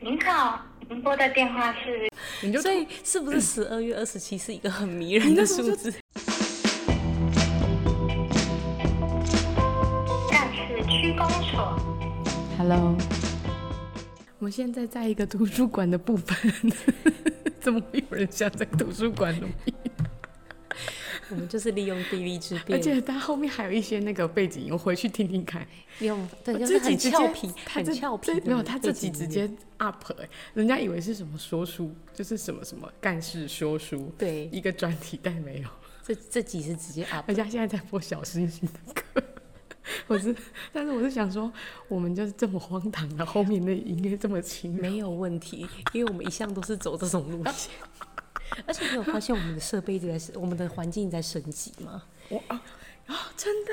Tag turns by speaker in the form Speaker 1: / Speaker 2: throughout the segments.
Speaker 1: 您好，您拨的电话是
Speaker 2: 你就
Speaker 3: 所以是不是十二月二十七是一个很迷人的数字？
Speaker 1: 干市区公所。
Speaker 2: Hello，我们现在在一个图书馆的部分， 怎么会有人想在图书馆录音？
Speaker 3: 我们就是利用地利之
Speaker 2: 而
Speaker 3: 便，
Speaker 2: 且它后面还有一些那个背景音，我回去听听 看。
Speaker 3: 利用对，就
Speaker 2: 这
Speaker 3: 是
Speaker 2: 集
Speaker 3: 很
Speaker 2: 直接
Speaker 3: 俏皮，
Speaker 2: 他
Speaker 3: 很
Speaker 2: 这
Speaker 3: 俏皮
Speaker 2: 这
Speaker 3: 的背景音乐。
Speaker 2: 没有，他这集直接 up，、欸、人家以为是什么说书，就是什么什么干事说书，
Speaker 3: 对
Speaker 2: 一个专题，但没有。
Speaker 3: 这这集啊是直接 up，
Speaker 2: 人家现在在播小星星的歌， 我是，但是我是想说，我们就是这么荒唐的，后面的音乐这么轻柔，
Speaker 3: 没有问题，因为我们一向都是走这种路线。啊
Speaker 2: 哦
Speaker 3: 而且你有发现我们的设备一直在升，我们的环境在升级吗？
Speaker 2: 我啊啊， 真的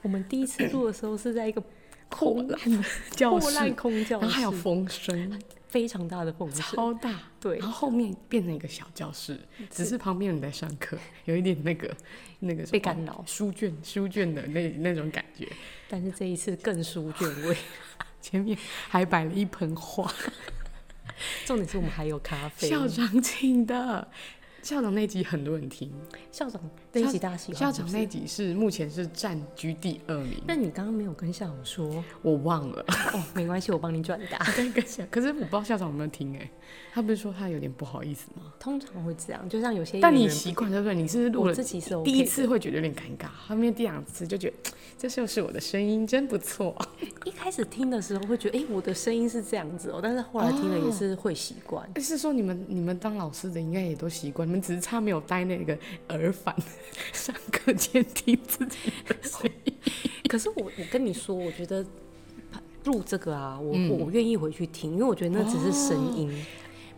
Speaker 3: 我们第一次录的时候是在一个
Speaker 2: 破
Speaker 3: 空
Speaker 2: 烂的教
Speaker 3: 破
Speaker 2: 室，
Speaker 3: 烂空 教
Speaker 2: 然后还有
Speaker 3: 室
Speaker 2: 风 声，
Speaker 3: 非常大的缝隙，
Speaker 2: 超大，
Speaker 3: 对
Speaker 2: 然后后面变成一个小教室，只是旁边有人在上课，有一点那个那个什
Speaker 3: 被
Speaker 2: 么
Speaker 3: 干扰
Speaker 2: 书卷书卷的那那种感觉。
Speaker 3: 但是这一次更书卷味。
Speaker 2: 前面还摆了一盆花，
Speaker 3: 重点是我们还有咖啡。
Speaker 2: 校长请的。校长那集很多人听，
Speaker 3: 校长这一集大家喜欢
Speaker 2: 校
Speaker 3: 是
Speaker 2: 长
Speaker 3: 不是
Speaker 2: 那集是目前是占居第二名，
Speaker 3: 那你刚刚没有跟校长说
Speaker 2: 我忘了。
Speaker 3: 哦，没关系，我帮你转达。
Speaker 2: 跟跟校，可是我不知道校长有没有听哎、他不是说他有点不好意思吗？
Speaker 3: 通常会这样，就像有些
Speaker 2: 但
Speaker 3: 演
Speaker 2: 你
Speaker 3: 员
Speaker 2: 习惯对不对？你是不是录了
Speaker 3: 我自己是 OK
Speaker 2: 第一次会觉得有点尴尬，后面第两次就觉得这就是我的声音，真不 错。
Speaker 3: 一开始听的时候会觉得，哎、我的声音是这样子哦、但是后来听了也是会习惯。
Speaker 2: 是说你们你们当老师的应该也都习惯，你们只是差没有戴那个耳返，上课监听自己的声音。
Speaker 3: 可是我我跟你说，我觉得录这个啊，
Speaker 2: 嗯
Speaker 3: 我、我愿意回去听，因为我觉得那只是
Speaker 2: 哦
Speaker 3: 声音，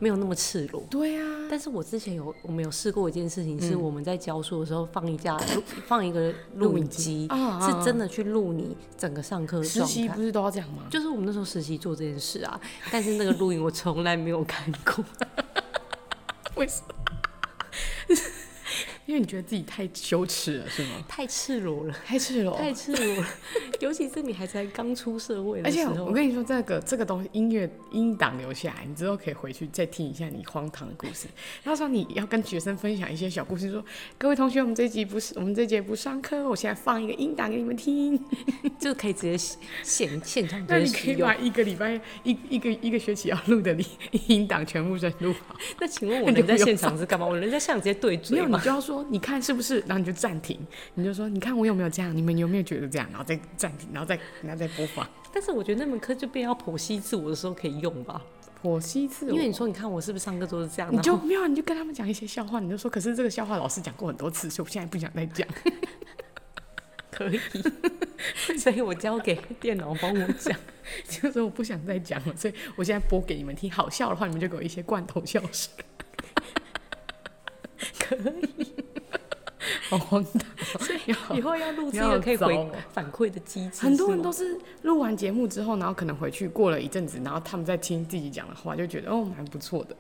Speaker 3: 没有那么赤裸。
Speaker 2: 对啊，
Speaker 3: 但是我之前有我们有试过一件事情，
Speaker 2: 嗯
Speaker 3: 是我们在教书的时候放一架录放一个录影机，
Speaker 2: 啊啊啊
Speaker 3: 是真的去录你整个上课的
Speaker 2: 实
Speaker 3: 状
Speaker 2: 习不
Speaker 3: 态。
Speaker 2: 是都要这样吗？
Speaker 3: 就是我们那时候实习做这件事啊，但是那个录影我从来没有看过，
Speaker 2: 为什么？ 因为你觉得自己太羞耻了，是吗？
Speaker 3: 太赤裸了，
Speaker 2: 太赤裸。
Speaker 3: 太赤裸了，尤其是你还才刚出社会
Speaker 2: 而
Speaker 3: 的
Speaker 2: 且
Speaker 3: 时
Speaker 2: 我
Speaker 3: 候，
Speaker 2: 跟你说，这个这个东西音乐音档留下来，你之后可以回去再听一下你荒唐的故事。那时候你要跟学生分享一些小故事，说各位同学，我们这一集不是我们这一节不上课，我现在放一个音档给你们听。
Speaker 3: 就可以直接现现场
Speaker 2: 那
Speaker 3: 直接
Speaker 2: 你可
Speaker 3: 使
Speaker 2: 以
Speaker 3: 用
Speaker 2: 把。一个礼拜一一个一个学期要录的音 音档全部全录好，
Speaker 3: 那请问我
Speaker 2: 那你就
Speaker 3: 能在
Speaker 2: 不用
Speaker 3: 现场是干嘛？我能在现场直接
Speaker 2: 没
Speaker 3: 对
Speaker 2: 有
Speaker 3: 嘴
Speaker 2: 你
Speaker 3: 吗？
Speaker 2: 就要说你看是不是，然后你就暂停，你就说你看我有没有这样，你们有没有觉得这样，然后再暂停，然后再然后再播放。
Speaker 3: 但是我觉得那门课就被要剖析自我的时候可以用吧，
Speaker 2: 剖析自我，
Speaker 3: 因为你说你看我是不是上课都是这样，
Speaker 2: 你
Speaker 3: 然
Speaker 2: 就
Speaker 3: 后
Speaker 2: 没有，啊你就跟他们讲一些笑话，你就说，可是这个笑话老师讲过很多次，所以我现在不想再讲。
Speaker 3: 可 以，所以我交给电脑帮我讲。
Speaker 2: 就是我不想再讲了，所以我现在播给你们听。好笑的话，你们就给我一些罐头笑声。 可以，好荒唐哦。然后
Speaker 3: 以后要录制一
Speaker 2: 你好
Speaker 3: 个可以
Speaker 2: 糟
Speaker 3: 回
Speaker 2: 哦
Speaker 3: 反馈的机制，
Speaker 2: 很多人
Speaker 3: 是吗
Speaker 2: 都是录完节目之后，然后可能回去过了一阵子，然后他们再听自己讲的话，就觉得哦蛮不错的。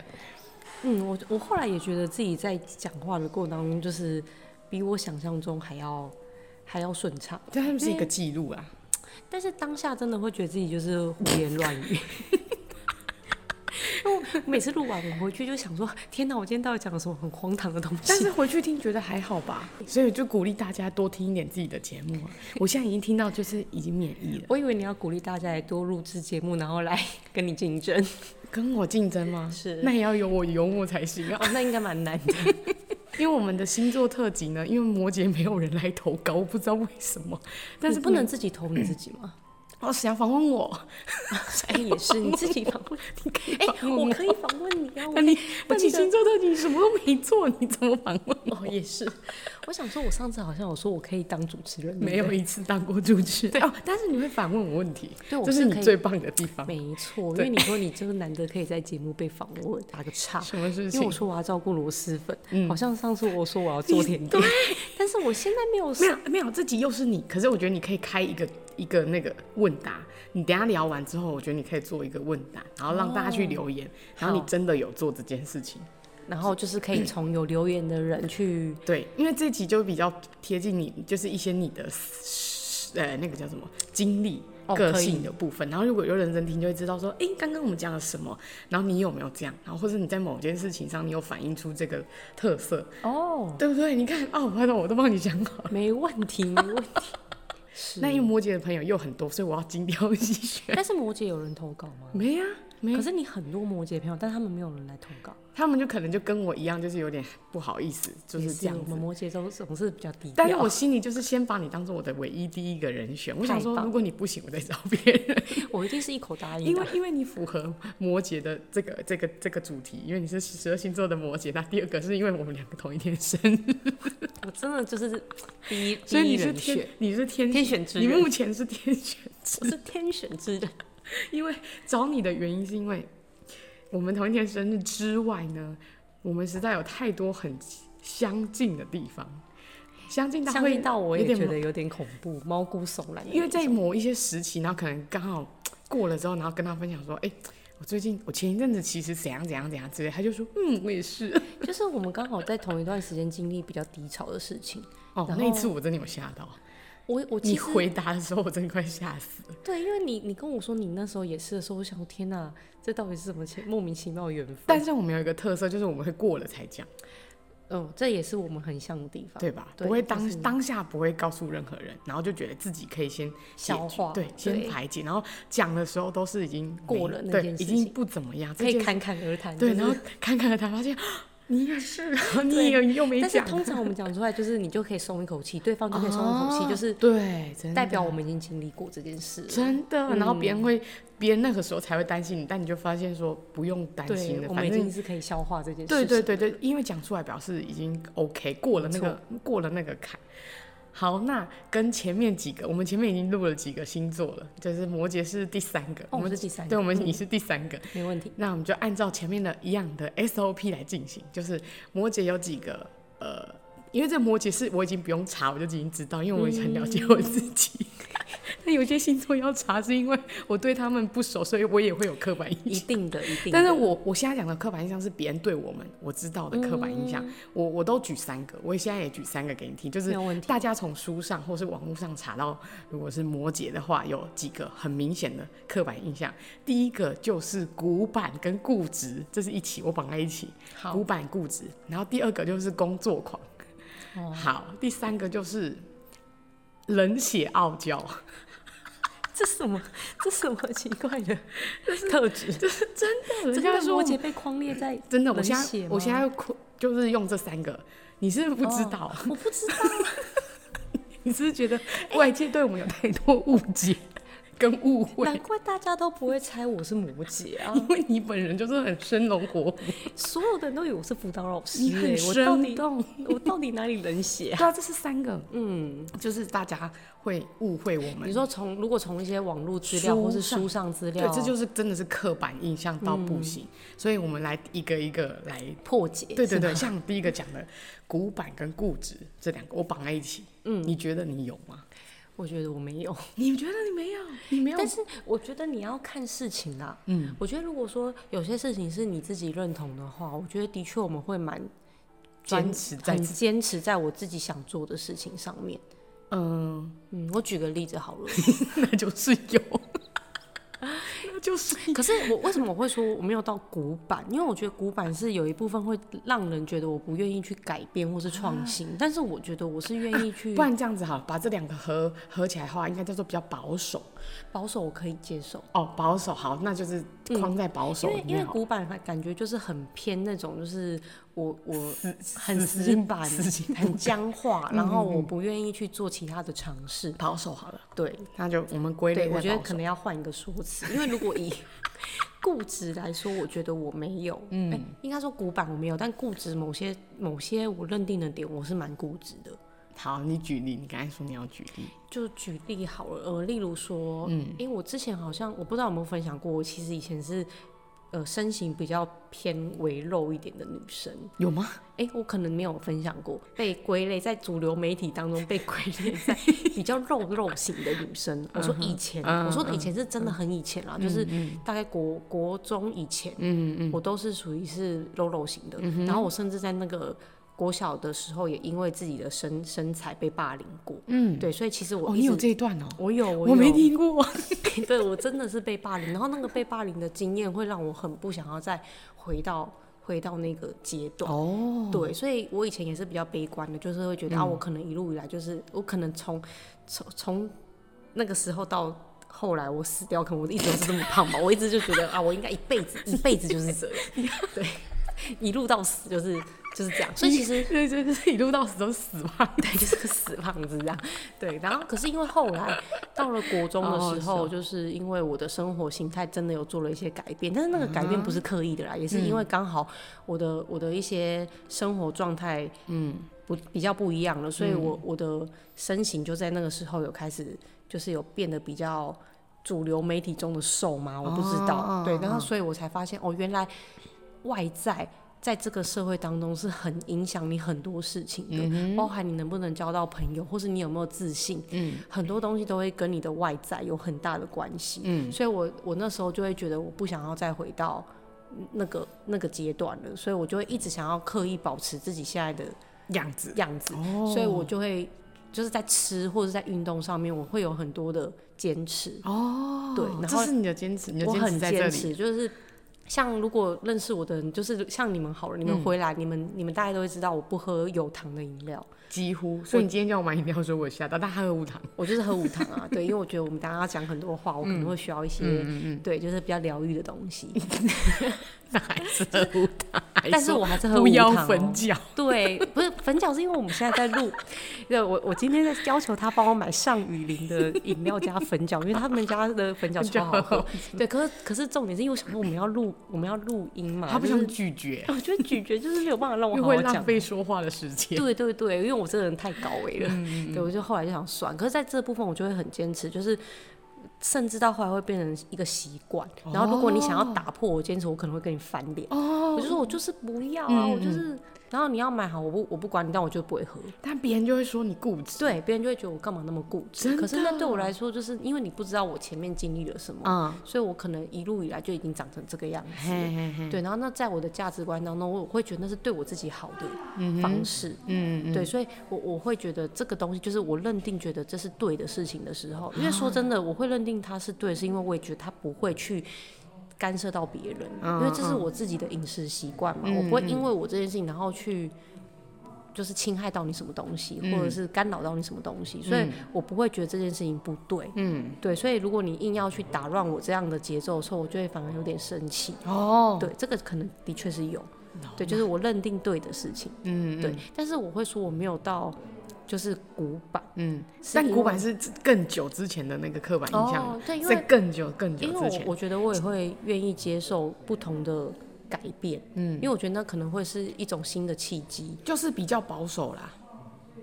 Speaker 3: 嗯，我我后来也觉得自己在讲话的过程当中，就是比我想象中还要还要顺畅，
Speaker 2: 但他们是一个记录啊，
Speaker 3: 但是当下真的会觉得自己就是胡言乱语。 因为我每次录完我回去就想说，天哪，我今天到底讲了什么很荒唐的东
Speaker 2: 但
Speaker 3: 西？
Speaker 2: 是回去听觉得还好吧，所以就鼓励大家多听一点自己的节目啊。我现在已经听到就是已经免疫了。
Speaker 3: 我以为你要鼓励大家来多录制节目，然后来跟你竞争。
Speaker 2: 跟我竞争吗？
Speaker 3: 是
Speaker 2: 那也要有我幽默才行啊。
Speaker 3: 哦，那应该蛮难的。
Speaker 2: 因为我们的星座特辑呢，因为摩羯没有人来投稿，我不知道为什么。但
Speaker 3: 但
Speaker 2: 是
Speaker 3: 是不能自己投你自己吗？
Speaker 2: 哦，想访问我，
Speaker 3: 哎，也是你自己访问， 你可以。哎，我可以访问你啊！我
Speaker 2: 那你
Speaker 3: 我
Speaker 2: 那
Speaker 3: 记
Speaker 2: 你
Speaker 3: 得
Speaker 2: 星座特辑你什么都没做，你怎么访问我？
Speaker 3: 哦，也是。我想说，我上次好像有说我可以当主持人，对不对
Speaker 2: 没有一次当过主 持人哦，但是你会反问我问题，
Speaker 3: 对我
Speaker 2: 这
Speaker 3: 是
Speaker 2: 是你
Speaker 3: 可以
Speaker 2: 最棒的地方。
Speaker 3: 没错，因
Speaker 2: 对
Speaker 3: 为你说你就是难得可以在节目被访问，打个岔。
Speaker 2: 什么事
Speaker 3: 因为我
Speaker 2: 情？
Speaker 3: 说我要照顾螺蛳粉，好像上次我说我要做甜 点，嗯但是我现在没有
Speaker 2: 没有没有，这集又是你。可是我觉得你可以开一个一个那个问答，你等一下聊完之后，我觉得你可以做一个问答，然后让大家去留言，然后你
Speaker 3: 哦好
Speaker 2: 真的有做这件事情。
Speaker 3: 然后就是可以从有留言的人去
Speaker 2: 对，因为这集就比较贴近你，就是一些你的呃那个叫什么经历，
Speaker 3: 哦
Speaker 2: 个
Speaker 3: 可以
Speaker 2: 性的部分。然后如果有认真听，就会知道说，诶，刚刚我们讲了什么，然后你有没有这样，然后或者你在某件事情上你有反映出这个特色，
Speaker 3: 哦，
Speaker 2: 对不对？你看，哦，拍到我都帮你讲好了。
Speaker 3: 没问题，没 问题。是
Speaker 2: 那因为摩羯的朋友又很多，所以我要精挑细选。
Speaker 3: 但是摩羯有人投稿吗？
Speaker 2: 没啊，没
Speaker 3: 可。是你很多摩羯朋友，但他们没有人来投稿，
Speaker 2: 他们就可能就跟我一样，就是有点不好意思，就是
Speaker 3: 也
Speaker 2: 这样
Speaker 3: 我
Speaker 2: 子
Speaker 3: 们。摩羯都总是比较低调。
Speaker 2: 但是我心里就是先把你当做我的唯一第一个人选。我想说
Speaker 3: 太，棒
Speaker 2: 如果你不行，我再找别人，
Speaker 3: 我一定是一口答应
Speaker 2: 因
Speaker 3: 的
Speaker 2: 为。因为你符合摩羯的这个这个这个主题，因为你是十二星座的摩羯。那第二个是因为我们两个同一天生，
Speaker 3: 我真的就是 第一，
Speaker 2: 所以
Speaker 3: 第一
Speaker 2: 你是
Speaker 3: 人选
Speaker 2: 天，你是天
Speaker 3: 天 选之
Speaker 2: 你
Speaker 3: 人
Speaker 2: 目前是天选之
Speaker 3: 我是天选之人。
Speaker 2: 因为找你的原因是因为我们同一天生日之外呢，我们实在有太多很相近的地方，相近到
Speaker 3: 相
Speaker 2: 会
Speaker 3: 信到我
Speaker 2: 有
Speaker 3: 也
Speaker 2: 点
Speaker 3: 觉
Speaker 2: 毛
Speaker 3: 得有点恐怖，毛骨悚然的那种。
Speaker 2: 因为在某一些时期，然后可能刚好过了之后，然后跟他分享说，哎、我最近我前一阵子其实怎样怎样怎样之类，他就说，嗯，我也是。
Speaker 3: 就是我们刚好在同一段时间经历比较低潮的事情。
Speaker 2: 哦，
Speaker 3: 然
Speaker 2: 那一
Speaker 3: 后
Speaker 2: 次我真的有吓到，
Speaker 3: 我我其
Speaker 2: 你
Speaker 3: 实
Speaker 2: 回答的时候我真的快吓死了。
Speaker 3: 对，因为你你跟我说你那时候也是的时候，我想说天哪，这到底是什么奇莫名其妙的缘分？
Speaker 2: 但是我们有一个特色，就是我们会过了才讲，
Speaker 3: 嗯，这也是我们很像的地方，
Speaker 2: 对吧？
Speaker 3: 对
Speaker 2: 不会
Speaker 3: 就
Speaker 2: 当
Speaker 3: 是
Speaker 2: 当下不会告诉任何人，然后就觉得自己可以先解
Speaker 3: 消
Speaker 2: 决
Speaker 3: 化
Speaker 2: 对，先排解，然后讲的时候都是已经没
Speaker 3: 过了那
Speaker 2: 对
Speaker 3: 件，
Speaker 2: 已
Speaker 3: 事
Speaker 2: 经
Speaker 3: 情
Speaker 2: 不怎么样，这
Speaker 3: 可以
Speaker 2: 件
Speaker 3: 侃侃而谈。
Speaker 2: 对，
Speaker 3: 就是
Speaker 2: 然后看看他发现你也是，你
Speaker 3: 对
Speaker 2: 也又没
Speaker 3: 但是
Speaker 2: 讲，
Speaker 3: 通常 我们讲出来，就是你就可以松一口气，对方就可以松一口气，
Speaker 2: 哦
Speaker 3: 就是
Speaker 2: 对，真
Speaker 3: 代
Speaker 2: 的
Speaker 3: 表我们已经嗯经历过这件事了。
Speaker 2: 真的，然后别人会，别人那个时候才会担心你，但你就发现说不用担心
Speaker 3: 对，
Speaker 2: 了，
Speaker 3: 我们
Speaker 2: 反
Speaker 3: 已经
Speaker 2: 正。
Speaker 3: 是可以消化这件事。
Speaker 2: 对对，对对，因为讲出来表示已经 OK 过了那个过了那个坎。好，那跟前面几个，我们前面已经录了几个星座了，就是摩羯哦是第三个，嗯
Speaker 3: 我
Speaker 2: 我
Speaker 3: 们
Speaker 2: 们
Speaker 3: 是第三
Speaker 2: 对，
Speaker 3: 个，
Speaker 2: 我们你是第三个，
Speaker 3: 没问题。
Speaker 2: 那我们就按照前面的一样的 SOP 来进行，就是摩羯有几个呃，因为这摩羯是我已经不用查，我就已经知道，因为我很了解我自己。嗯 那、有些星座要查，是因为我对他们不熟，所以我也会有刻板印
Speaker 3: 一
Speaker 2: 象。
Speaker 3: 定的，一定的。
Speaker 2: 但是我我现在讲的刻板印象是别人对我们我知道的刻板印象，我我都举三个，我现在也举三个给你听，就
Speaker 3: 嗯没
Speaker 2: 是
Speaker 3: 有问题
Speaker 2: 大家从书上或是网络上查到，如果是摩羯的话，有几个很明显的刻板印象。第一个就是古板跟固执，这是一起，我绑在一起，
Speaker 3: 好
Speaker 2: 古板固执。然后第二个就是工作狂，
Speaker 3: 哦
Speaker 2: 好，第三个就是冷血傲娇。
Speaker 3: 这什么？这什么奇怪 的特质？
Speaker 2: 人
Speaker 3: 这
Speaker 2: 家
Speaker 3: 个
Speaker 2: 说
Speaker 3: 摩羯被框列在
Speaker 2: 真的，我
Speaker 3: 冷
Speaker 2: 现
Speaker 3: 血
Speaker 2: 在我
Speaker 3: 吗哦
Speaker 2: 现在哭就是用这三个，你是不是不知道，
Speaker 3: 我不 知道，
Speaker 2: 你是不是觉得
Speaker 3: 哎
Speaker 2: 外界对我们有太多误解跟误会，
Speaker 3: 难怪大家都不会猜我是摩羯啊！
Speaker 2: 因为你本人就是很生龙活虎，
Speaker 3: 所有的人都以为我是辅导老师、
Speaker 2: 你很
Speaker 3: 欸，我到
Speaker 2: 生
Speaker 3: 底
Speaker 2: 动。
Speaker 3: 我到底哪里冷血、啊？
Speaker 2: 对啊，这是三个，
Speaker 3: 嗯，
Speaker 2: 就是大家会误会我们。
Speaker 3: 你说从如果从一些网络资料
Speaker 2: 书
Speaker 3: 或是
Speaker 2: 上
Speaker 3: 书上资
Speaker 2: 对
Speaker 3: 料，，
Speaker 2: 这就是真的是刻板印象到不
Speaker 3: 嗯
Speaker 2: 行，所以我们来一个一个来。
Speaker 3: 破解。
Speaker 2: 对对
Speaker 3: 是吗，
Speaker 2: 对，像第一个讲的古板跟固执这两个，我绑在一起。嗯，你觉得你有吗？
Speaker 3: 我觉得我没有，
Speaker 2: 你觉得你没有？你没有
Speaker 3: 但是我觉得你要看事情啦。
Speaker 2: 嗯，
Speaker 3: 我觉得如果说有些事情是你自己认同的话，我觉得的确我们会蛮
Speaker 2: 坚持在
Speaker 3: 很
Speaker 2: 自己
Speaker 3: 坚持在我自己想做的事情上面。
Speaker 2: 嗯，
Speaker 3: 嗯，我举个例子好了。
Speaker 2: 那 就是有，那就是有
Speaker 3: 可是我为什么我会说我没有到古板？因为我觉得古板是有一部分会让人觉得我不愿意去改变或是创新，但是我觉得我是愿意去
Speaker 2: 不然这样子好了，把这两个合合起来的话，应该叫做比较保守
Speaker 3: 保守，我可以接受。
Speaker 2: 哦。保守好，那就是框在保守里
Speaker 3: 因为因为
Speaker 2: 面好了。哦
Speaker 3: 古板感觉就是很偏那种，就是我我很
Speaker 2: 死
Speaker 3: 死嗯
Speaker 2: 心
Speaker 3: 板、
Speaker 2: 死心
Speaker 3: 很僵化，然后我不愿意去做其他的尝试。
Speaker 2: 保守好了，
Speaker 3: 对，
Speaker 2: 那就我们归类
Speaker 3: 对，
Speaker 2: 在
Speaker 3: 我觉得
Speaker 2: 保守
Speaker 3: 可能要换一个说辞，因为如果以固执来说，我觉得我没有，嗯，应该说古板我没有，但固执某些某些我认定的点，我是蛮固执的。
Speaker 2: 好。你举例，你刚才说你要举例，
Speaker 3: 就举例好了，呃，例如说，嗯，因为我之前好像我不知道有没有分享过，我其实以前是。呃，身形比较偏微肉一点的女生，
Speaker 2: 有吗？
Speaker 3: 哎、我可能没有分享过，被归类在主流媒体当中被归类 在比较肉肉型的女生。我
Speaker 2: 嗯
Speaker 3: 说以前，我说以前是真的很以前啦，就是大概国
Speaker 2: 嗯
Speaker 3: 国中以前，我都是属于是肉肉型的。然后我甚至在那个国小的时候也因为自己的身身材被霸凌过，
Speaker 2: 嗯，
Speaker 3: 对，所以其实
Speaker 2: 哦，
Speaker 3: 我一
Speaker 2: 你
Speaker 3: 直
Speaker 2: 有这一段哦，
Speaker 3: 我有，我
Speaker 2: 我没
Speaker 3: 有
Speaker 2: 听过，
Speaker 3: 对我真的是被霸凌，然后那个被霸凌的经验会让我很不想要再回到回到那个阶段。
Speaker 2: 哦，
Speaker 3: 对，所以我以前也是比较悲观的，就是会觉得、啊，我可能一路以来就是我可能从从从那个时候到后来我死掉，可能我一直都是这么胖吧，我一直就觉得啊，我应该一辈子一辈子就是这样，对，一路到死就是就是这样。所以其实
Speaker 2: 对对 对，一路到死都死嘛，
Speaker 3: 对，就是个死胖子这样。对，然后可是因为后来到了国中的时
Speaker 2: 哦
Speaker 3: 候，
Speaker 2: 是
Speaker 3: 就是因为我的生活形态真的有做了一些改变，但是那个改变不是刻意的
Speaker 2: 嗯
Speaker 3: 啦，也是因为刚好我的我的一些生活状态，嗯，不比较不一样了，所以
Speaker 2: 嗯
Speaker 3: 我我的身形就在那个时候有开始就是有变得比较。主流媒体中的瘦吗？我不知道，
Speaker 2: 哦
Speaker 3: 对，
Speaker 2: 嗯
Speaker 3: 然后所以我才发现，哦，原来外在在这个社会当中是很影响你很多事情的，包含你能不能交到朋友，或是你有没有自信，
Speaker 2: 嗯，
Speaker 3: 很多东西都会跟你的外在有很大的关系。
Speaker 2: 嗯
Speaker 3: 所以我我那时候就会觉得我不想要再回到那个那个阶段了，所以我就会一直想要刻意保持自己现在的
Speaker 2: 样子，
Speaker 3: 样子，
Speaker 2: 哦
Speaker 3: 所以我就会就是在吃或者在运动上面，我会有很多的坚持。
Speaker 2: 哦，
Speaker 3: 对然
Speaker 2: 这
Speaker 3: 后
Speaker 2: 是你的坚持，你的
Speaker 3: 我
Speaker 2: 坚持
Speaker 3: 很
Speaker 2: 在这
Speaker 3: 坚
Speaker 2: 里，
Speaker 3: 持，就是像如果认识我的人，就是像你们好了，你
Speaker 2: 嗯
Speaker 3: 们回来，你们你们大家都会知道，我不喝有糖的饮料，
Speaker 2: 几乎，所以你今天叫我买饮料的时候，我有吓到，但他喝无糖，
Speaker 3: 我就是喝无糖啊。对，因为我觉得我们大家要讲很多话，我可
Speaker 2: 嗯
Speaker 3: 能会需要一些、对，就是比较疗愈的东西。
Speaker 2: 但还是喝无糖，哦
Speaker 3: 但是我还是喝
Speaker 2: 不
Speaker 3: 无
Speaker 2: 要
Speaker 3: 糖、哦
Speaker 2: 粉饺，
Speaker 3: 对，不是粉饺，是因为我们现在在录，对我我今天在要求他帮我买上雨林的饮料加粉饺，因为他们家的粉饺超好喝。对，可是可是重点是因为我想说我们要录我们要录音嘛，
Speaker 2: 他不
Speaker 3: 就是
Speaker 2: 想拒绝，
Speaker 3: 我觉得咀嚼就是没有办法让我
Speaker 2: 因为
Speaker 3: 好
Speaker 2: 会
Speaker 3: 好讲
Speaker 2: 浪。费说话的时间。
Speaker 3: 对对对，因为我这个人太高危了，
Speaker 2: 嗯
Speaker 3: 对我就后来就想算。可是在这部分我就会很坚持，就是甚至到后来会变成一个习惯。然后如果你想要打破我坚持，我可能会跟你翻脸。
Speaker 2: 哦
Speaker 3: 我就说我就是不要啊，
Speaker 2: 嗯
Speaker 3: 我就是。然后你要买好，我不我不管你，但我就不会喝。
Speaker 2: 但别人就会说你固执，
Speaker 3: 对，别人就会觉得我干嘛那么固
Speaker 2: 真
Speaker 3: 执。
Speaker 2: 的
Speaker 3: 可是那对我来说，就是因为你不知道我前面经历了什么，
Speaker 2: 嗯，
Speaker 3: 所以我可能一路以来就已经长成这个样子了。
Speaker 2: 嘿嘿嘿，
Speaker 3: 对，然后那在我的价值观当中，我会觉得那是对我自己好的方式。
Speaker 2: 嗯
Speaker 3: 对，所以我我会觉得这个东西就是我认定觉得这是对的事情的时候，因为说
Speaker 2: 啊
Speaker 3: 真的，我会认定它是对，是因为我也觉得它不会去干涉到别人，
Speaker 2: 嗯
Speaker 3: 因为这是我自己的饮食习惯嘛，我不会因为我这件事情然后去。就是侵害到你什么东西，或
Speaker 2: 嗯
Speaker 3: 者是干扰到你什么东西，所以我不会觉得这件事情不对，
Speaker 2: 嗯，
Speaker 3: 对，所以如果你硬要去打乱我这样的节奏的时候，我就会反而有点生气，
Speaker 2: 哦，
Speaker 3: 对，这个可能的确是有，对，就是我认定对的事情，
Speaker 2: 嗯，
Speaker 3: 对，但是我会说我没有到就是古板，
Speaker 2: 嗯，
Speaker 3: 是
Speaker 2: 但
Speaker 3: 因
Speaker 2: 古
Speaker 3: 为
Speaker 2: 板是更久之前的那个刻板印象，
Speaker 3: 哦，对，因
Speaker 2: 在
Speaker 3: 为
Speaker 2: 更久更久
Speaker 3: 因为
Speaker 2: 之前
Speaker 3: 我我觉得我也会愿意接受不同的改变，嗯，因为我觉得那可能会是一种新的契机，
Speaker 2: 就是比较保守啦。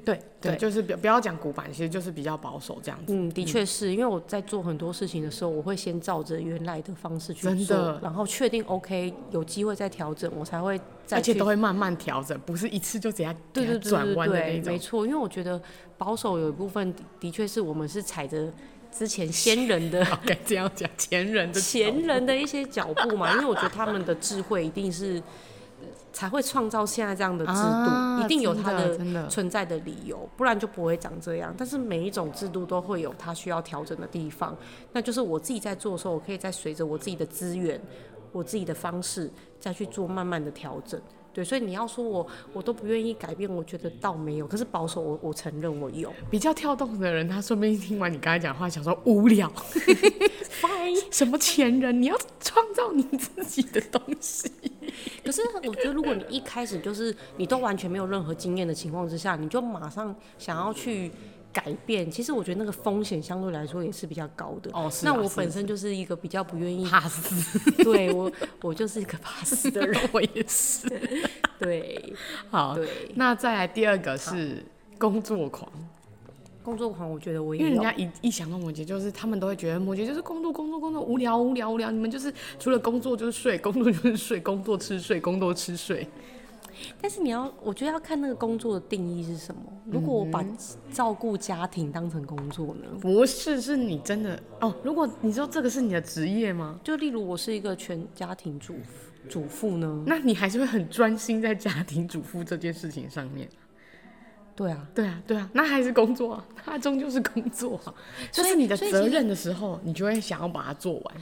Speaker 3: 对
Speaker 2: 对，就是不不要讲古板，其实就是比较保守这样子。
Speaker 3: 嗯，的确是因为我在做很多事情的时候，我会先照着原来的方式去
Speaker 2: 真
Speaker 3: 做
Speaker 2: 的，
Speaker 3: 然后确定 OK，有机会再调整，我才会再
Speaker 2: 而且
Speaker 3: 去
Speaker 2: 都会慢慢调整，不是一次就直接
Speaker 3: 对
Speaker 2: 给它
Speaker 3: 对
Speaker 2: 转
Speaker 3: 对对
Speaker 2: 弯的那
Speaker 3: 对，没
Speaker 2: 种。
Speaker 3: 错，因为我觉得保守有一部分的的确是我们是踩着之前先人的
Speaker 2: 好，该这样讲，前人的
Speaker 3: 前人的一些脚 步嘛，因为我觉得他们的智慧一定是才会创造现在这样的制度，
Speaker 2: 啊
Speaker 3: 一定有它
Speaker 2: 真的真的
Speaker 3: 存在的理由，不然就不会长这样。但是每一种制度都会有它需要调整的地方，那就是我自己在做的时候，我可以再随着我自己的资源、我自己的方式再去做慢慢的调整。对，所以你要说我我都不愿意改变，我觉得倒没有。可是保守我，我承认我有。
Speaker 2: 比较跳动的人，他说不定听完你刚才讲话，想说无聊， 什么前人，你要创造你自己的东西。
Speaker 3: 可是我觉得，如果你一开始就是你都完全没有任何经验的情况之下，你就马上想要去改变，其实我觉得那个风险相对来说也是比较高的。
Speaker 2: 哦是啊
Speaker 3: 那我
Speaker 2: 是
Speaker 3: 本身就是一个比较不 愿意，
Speaker 2: 怕死
Speaker 3: 对我我就是一个怕死的
Speaker 2: 的
Speaker 3: 人。
Speaker 2: 人，我也是。
Speaker 3: 对
Speaker 2: 好，
Speaker 3: 对，
Speaker 2: 那再来第二个是工作狂，
Speaker 3: 工作狂，我觉得我
Speaker 2: 因为
Speaker 3: 也
Speaker 2: 人
Speaker 3: 有。
Speaker 2: 家一一想到摩羯，就是他们都会觉得摩羯就是工作工作工作无聊无聊无聊，你们就是除了工作就是睡，工作就是睡，工作吃睡，工作吃睡。
Speaker 3: 但是你要，我觉得要看那个工作的定义是什么。如果我把照顾家庭当成工作呢？
Speaker 2: 不是，是你真的哦。如果你说这个是你的职业吗？
Speaker 3: 就例如我是一个全家庭主妇主妇呢？
Speaker 2: 那你还是会很专心在家庭主妇这件事情上面。
Speaker 3: 对啊，
Speaker 2: 对啊，对啊，那还是工作啊，它终究是工作啊。就
Speaker 3: 所以
Speaker 2: 是你的
Speaker 3: 所以
Speaker 2: 责
Speaker 3: 其实
Speaker 2: 任的时候，你就会想要把它做完。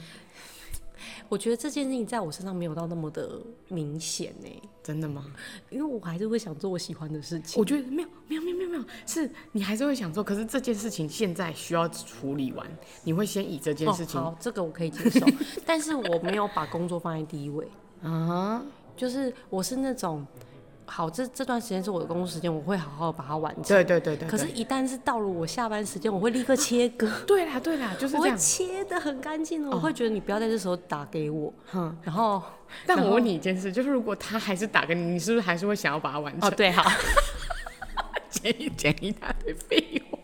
Speaker 3: 我觉得这件事情在我身上没有到那么的明显呢、
Speaker 2: 真的吗？
Speaker 3: 因为我还是会想做我喜欢的事情。
Speaker 2: 我觉得没有，没有，没有，没有，没有，是你还是会想做，可是这件事情现在需要处理完，你会先以这件
Speaker 3: 哦
Speaker 2: 事，情、
Speaker 3: 好，这个我可以 接受，但是我没有把工作放在第一位。
Speaker 2: 啊，
Speaker 3: 就是我是那种，好，这这段时间是我的工作时间，我会好好把它完成。
Speaker 2: 对对对对
Speaker 3: 可是，
Speaker 2: 对
Speaker 3: 一旦是到了我下班时间，我会立刻切割，
Speaker 2: 对啦，对啦， 就是
Speaker 3: 我
Speaker 2: 这
Speaker 3: 会
Speaker 2: 样。
Speaker 3: 切的很干净哦。我会觉得你不要在这时候打给我，
Speaker 2: 哼
Speaker 3: 然后，
Speaker 2: 但
Speaker 3: 然
Speaker 2: 我
Speaker 3: 后
Speaker 2: 问你一件事，就是如果他还是打给你，你是不是还是会想要把它完成？
Speaker 3: 哦， 对，好，
Speaker 2: 剪一剪一大堆废话。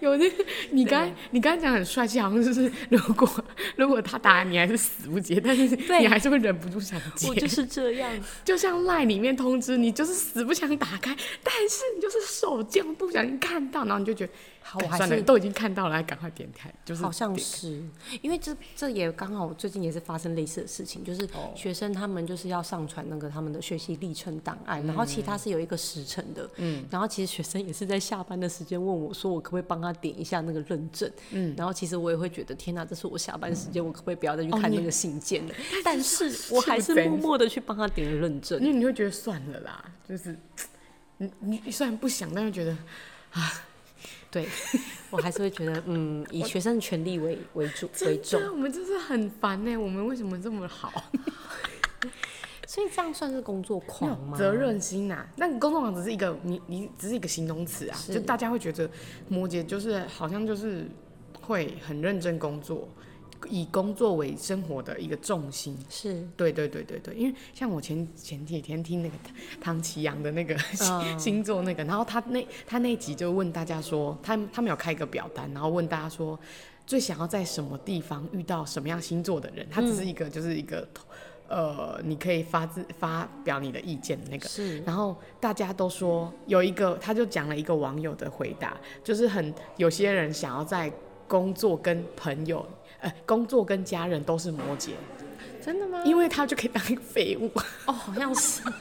Speaker 2: 有那，你刚才你刚才讲很帅气，好像就是如果如果他打你还是死不接，但是
Speaker 3: 对
Speaker 2: 你还是会忍不住想接。
Speaker 3: 我就是这样。
Speaker 2: 就像赖里面通知你，就是死不想打开，但是你就是手贱不小心看到，然后你就觉得
Speaker 3: 好
Speaker 2: 干
Speaker 3: 我还
Speaker 2: 算了，
Speaker 3: 是
Speaker 2: 都已经看到了，还赶快点开，就是
Speaker 3: 好像
Speaker 2: 点
Speaker 3: 是，因为这这也刚好最近也是发生类似的事情，就是
Speaker 2: 哦
Speaker 3: 学生他们就是要上传那个他们的学习历程档案，然后其
Speaker 2: 嗯
Speaker 3: 他是有一个时程的，嗯，然后其实学生也是在下班的时间问我说我可不可以帮他点一下那个认证，嗯，然后其实我也会觉得天哪、这是我下班时间，我可不可以不要再去
Speaker 2: 哦
Speaker 3: 看那个信 件了？但是我还是
Speaker 2: 真
Speaker 3: 默默的去帮他点了认 证，
Speaker 2: 因为你会觉得算了啦，就是你你虽然不想，但又觉得
Speaker 3: 对我还是会觉得嗯，以学生的权利为为主为重
Speaker 2: 真。的我们真是很烦呢、我们为什么这么好？
Speaker 3: 所以这样算是工作狂吗？
Speaker 2: 责任心呐、但工作狂只是一个你你只是一个形容词啊，
Speaker 3: 是
Speaker 2: 就大家会觉得摩羯就是好像就是会很认真工作，以工作为生活的一个重心。
Speaker 3: 是。
Speaker 2: 对对对对对，因为像我前前几天听那个唐唐奇阳的那个星 星座那个，然后他那他那集就问大家说，他他们有开一个表单，然后问大家说最想要在什么地方遇到什么样星座的人，他只是一个、就是一个呃，你可以发自发表你的意见的那个，
Speaker 3: 是
Speaker 2: 然后大家都说有一个，他就讲了一个网友的回答，就是很有些人想要在工作跟朋友，呃，工作跟家人都是摩羯，
Speaker 3: 真的吗？
Speaker 2: 因为他就可以当一个废物。
Speaker 3: 哦，好像是。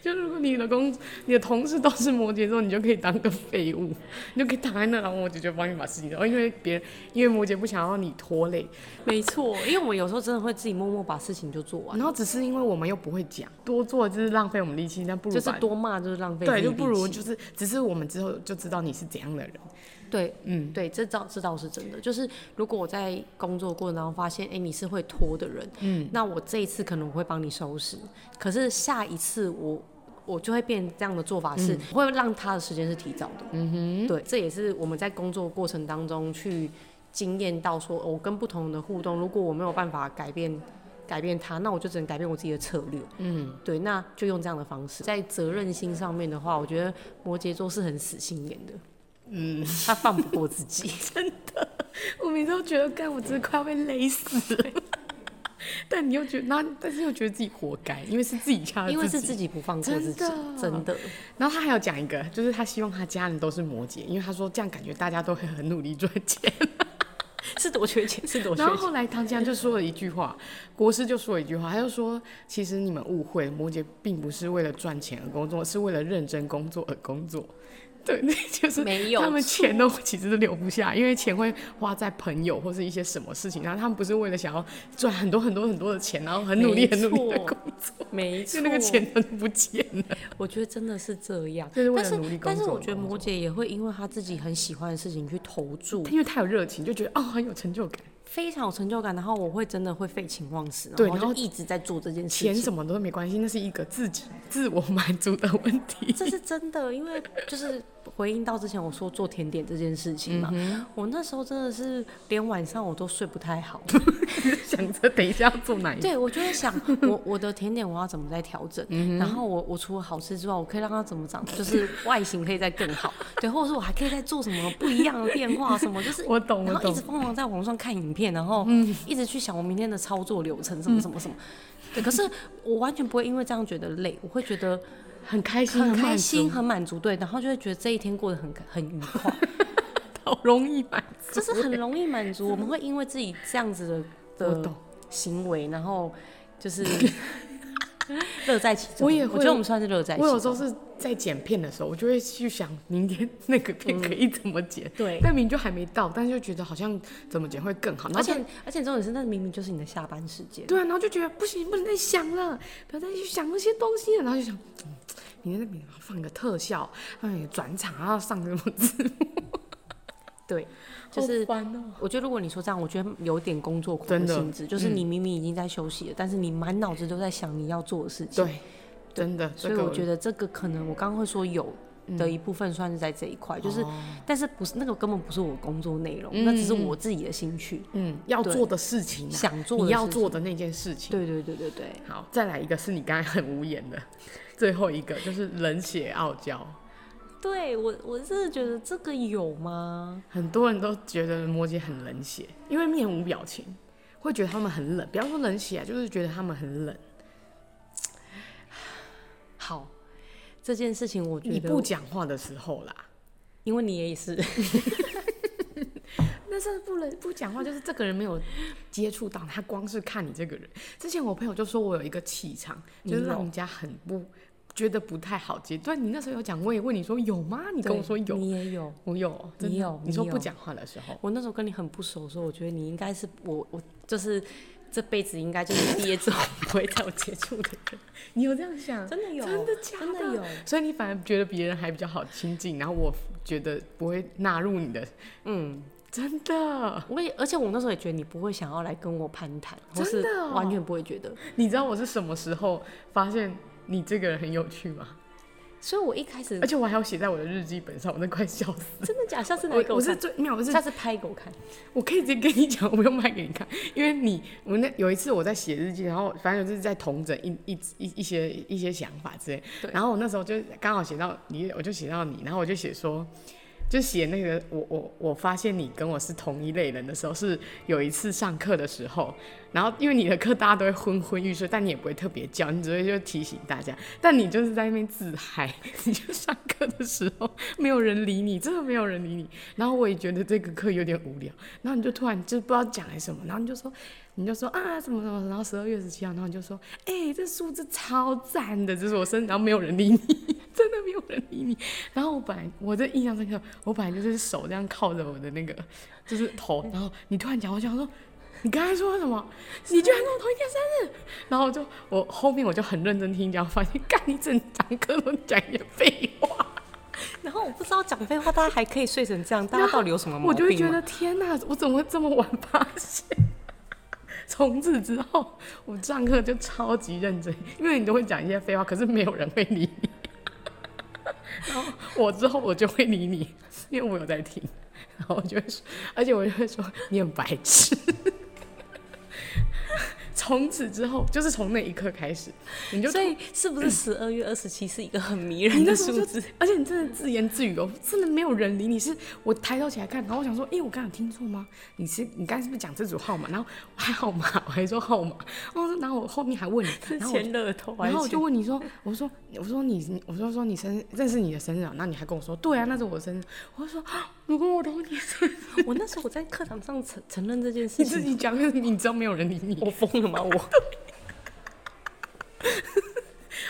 Speaker 2: 就如果你的工，你的同事都是摩羯座，你就可以当个废物，你就可以躺在那，然后摩羯就帮你把事情做。因为别人，因为摩羯不想要你拖累，
Speaker 3: 没错，因为我们有时候真的会自己默默把事情就做完，
Speaker 2: 然后只是因为我们又不会讲，多做就是浪费我们力气，那不如
Speaker 3: 就是
Speaker 2: 把
Speaker 3: 多骂就是浪费自
Speaker 2: 嗯
Speaker 3: 己
Speaker 2: 对，
Speaker 3: 力气，
Speaker 2: 就不如就是只是我们之后就知道你是怎样的人。
Speaker 3: 对，
Speaker 2: 嗯
Speaker 3: 嗯，对，这倒这倒是真的。就是如果我在工作过程当中发现，哎、你是会拖的人，嗯，那我这一次可能我会帮你收拾，可是下一次我。我就会变这样的做法是，会让他的时间是提早的。嗯嗯哼，对，这也是我们在工作过程当中去经验到说，哦我跟不同人的互动，如果我没有办法改变改变他，那我就只能改变我自己的策略。嗯，对，那就用这样的方式。在责任心上面的话，我觉得摩羯座是很死心眼的。他放不过自己。
Speaker 2: 我每次都觉得，干，我真的快要被勒死了。 但你又觉得，那但是又觉得自己活该，因为是自己掐的，
Speaker 3: 因为是自己不放过自己，
Speaker 2: 真的
Speaker 3: 真的，
Speaker 2: 然后他还有讲一个，就是他希望他家人都是摩羯，因为他说这样感觉大家都会很努力赚钱。
Speaker 3: 是多缺钱，是多缺
Speaker 2: 然后
Speaker 3: 钱。
Speaker 2: 后来唐江就说了一句话，国师就说了一句话，他就说其实你们误会，摩羯并不是为了赚钱而工作，是为了认真工作而工作。对，那就是
Speaker 3: 没有
Speaker 2: 他们
Speaker 3: 错
Speaker 2: 钱都其实都留不下，因为钱会花在朋友或是一些什么事情，然后他们不是为了想要赚很多很多很多的钱，然后很努力
Speaker 3: 没
Speaker 2: 很努力的
Speaker 3: 错
Speaker 2: 工作，
Speaker 3: 没
Speaker 2: 就
Speaker 3: 错，
Speaker 2: 那个钱，都不见 了。
Speaker 3: 我觉得真的是这样。
Speaker 2: 就是为了
Speaker 3: 但是
Speaker 2: 努力工作
Speaker 3: 但是我觉得摩羯也会因为他自己很喜欢的事情去投注，
Speaker 2: 因为他有热情，就觉得哦很有成就感。
Speaker 3: 非常有成就感。然后我会真的会废寝忘食，
Speaker 2: 对
Speaker 3: 然
Speaker 2: 然后
Speaker 3: 后就一直在做这件事
Speaker 2: 钱
Speaker 3: 情。
Speaker 2: 什么都没关系，那是一个自己自我满足的问题。
Speaker 3: 这是真的，因为就是回应到之前我说做甜点这件事情嘛，
Speaker 2: 嗯
Speaker 3: 我那时候真的是连晚上我都睡不太好。
Speaker 2: 想着等一下要做哪一
Speaker 3: 对，我就会想，我我的甜点我要怎么再调整，
Speaker 2: 嗯
Speaker 3: 然后我我除了好吃之外，我可以让它怎么长，就是外形可以再更好，对，或者是我还可以再做什么不一样的变化，什么就是
Speaker 2: 我懂我
Speaker 3: 然后一
Speaker 2: 懂嗯
Speaker 3: 直疯狂在网上看影片，然后一直去想我明天的操作流程什么什么什么，对，可是我完全不会因为这样觉得累，我会觉得
Speaker 2: 很开心，
Speaker 3: 很开
Speaker 2: 满足
Speaker 3: 心，，很满足，对，然后就会觉得这一天过得很很愉快，
Speaker 2: 好容易满足。
Speaker 3: 就是很容易满足，我们会因为自己这样子的
Speaker 2: 我
Speaker 3: 的
Speaker 2: 懂
Speaker 3: 行为，然后就是 乐在其中。
Speaker 2: 我也
Speaker 3: 我
Speaker 2: 会
Speaker 3: 觉得我们算是乐在其
Speaker 2: 我有时候
Speaker 3: 中。
Speaker 2: 是在剪片的时候，我就会去想明天那个片可以怎么剪。
Speaker 3: 对
Speaker 2: 那明明就还没到，但是就觉得好像怎么剪会更好。然
Speaker 3: 而
Speaker 2: 后就
Speaker 3: 且而且重点是，那明明就是你的下班时间。
Speaker 2: 对啊，然后就觉得不行，不能再想了，不要再去想那些东西了。然后就想，嗯，明天那边放一个特效，放一个转场，然后上什么字，
Speaker 3: 对，就是
Speaker 2: 好烦哦。
Speaker 3: 我觉得如果你说这样，我觉得有点工作狂
Speaker 2: 真
Speaker 3: 的
Speaker 2: 的嗯
Speaker 3: 性质，就是你明明已经在休息了，但是你满脑子都在想你要做的事情。
Speaker 2: 对，真的，
Speaker 3: 所以我觉
Speaker 2: 得
Speaker 3: 得这个可能我刚刚会说有
Speaker 2: 嗯
Speaker 3: 的一部分算是在这一块，就是，
Speaker 2: 哦
Speaker 3: 但是不是那个根本不是我工作内容，那只是我自己的兴趣，
Speaker 2: 嗯，要
Speaker 3: 对
Speaker 2: 做的事情、啊，
Speaker 3: 想做的
Speaker 2: 你要
Speaker 3: 事
Speaker 2: 做的那件事情。
Speaker 3: 对对对对对，
Speaker 2: 好，再来一个是你刚才很无言的， 最后一个就是冷血傲娇。
Speaker 3: 对我我真的觉得这个有吗？
Speaker 2: 很多人都觉得摩羯很冷血，因为面无表情，会觉得他们很冷。不要说冷血啊，就是觉得他们很冷。
Speaker 3: 好，这件事情我觉得
Speaker 2: 你不讲话的时候啦，
Speaker 3: 因为你也是，
Speaker 2: 但是不能不讲话，就是这个人没有接触到他，光是看你这个人。之前我朋友就说我有一个气场，就是让人家很不觉得不太好接。对，你那时候有讲，我也问你说有吗？你跟我说
Speaker 3: 对
Speaker 2: 有，
Speaker 3: 你也有。
Speaker 2: 我有，真
Speaker 3: 你
Speaker 2: 的
Speaker 3: 有
Speaker 2: 你说
Speaker 3: 你
Speaker 2: 不
Speaker 3: 有
Speaker 2: 讲话的时候，
Speaker 3: 我那时候跟你很不熟的时候，我觉得你应该是我我就是这辈子应该就是毕业之后不会再有接触的人，
Speaker 2: 你有这样想？
Speaker 3: 真的有，
Speaker 2: 真的假
Speaker 3: 真的有。
Speaker 2: 所以你反而觉得别人还比较好亲近，然后我觉得不会纳入你的，
Speaker 3: 嗯，
Speaker 2: 真的。
Speaker 3: 我也而且我那时候也觉得你不会想要来跟我攀谈，或
Speaker 2: 真
Speaker 3: 是
Speaker 2: 的哦
Speaker 3: 完全不会觉得。
Speaker 2: 你知道我是什么时候发现你这个人很有趣吗？
Speaker 3: 所以我一开始
Speaker 2: 而且我还有写在我的日记本上，我都快笑死。
Speaker 3: 真的假，下次来
Speaker 2: 我
Speaker 3: 给
Speaker 2: 我是
Speaker 3: 看，
Speaker 2: 最没有，我是
Speaker 3: 下次拍给我看。
Speaker 2: 我可以直接跟你讲，我不用卖给你看，因为你我那有一次我在写日记，然后反正就是在统整一一一一些一些想法之类
Speaker 3: 对，
Speaker 2: 然后我那时候就刚好写到你，我就写到你，然后我就写说。就写那个，我我我发现你跟我是同一类人的时候，是有一次上课的时候，然后因为你的课大家都会昏昏欲睡，但你也不会特别叫，你只会就提醒大家，但你就是在那边自嗨， 你就上课的时候没有人理你，真的没有人理你。然后我也觉得这个课有点无聊，然后你就突然就不知道讲来什么，然后你就说，你就说啊什么什么，然后十二月十七号，然后你就说，哎、这数字超赞的，这是我生日，然后没有人理你， 真的没有人理你。然后我本来我这印象深刻，我本来就是手这样靠着我的那个就是头，然后你突然讲，我想说。你刚才说什么？你居然跟我同一天生日？然后我就我后面我就很认真听讲，发现干你整堂课都讲一些废话，
Speaker 3: 然后我不知道讲废话，大家还可以睡成这样，大家到底有什么毛病
Speaker 2: 我
Speaker 3: 吗？
Speaker 2: 就会觉得天哪，我怎么会这么晚发现？ 从此之后，我上课就超级认真，因为你都会讲一些废话，可是没有人会理 你。然后我之后我就会理你，因为我有在听，然后我就会说，而且我就会说你很白痴。 从此之后，就是从那一刻开始，你就
Speaker 3: 所以是不是十二月二十七是一个很迷人
Speaker 2: 你
Speaker 3: 的
Speaker 2: 那时候
Speaker 3: 数
Speaker 2: 就
Speaker 3: 字？，
Speaker 2: 而且你真的自言自语哦，真的没有人理你。是我抬头起来看，然后我想说，哎、我刚刚有听错吗？你是你刚才是不是讲这组号码？然后我还号码，我还说号码，哦，然后我后面还问你，
Speaker 3: 之
Speaker 2: 然后我
Speaker 3: 前乐透还
Speaker 2: 然
Speaker 3: 是
Speaker 2: 后我
Speaker 3: 前
Speaker 2: 就问你说，我说我说你你我说说你生日，这是你的生日啊？那你还跟我说，对啊，那是我的生日。我就说， 啊你跟我同一天生 日，
Speaker 3: 我那时候我在课堂上承承认这件事
Speaker 2: 你自
Speaker 3: 情，
Speaker 2: 己讲， 你知道没有人理你。
Speaker 3: 我疯了吗？我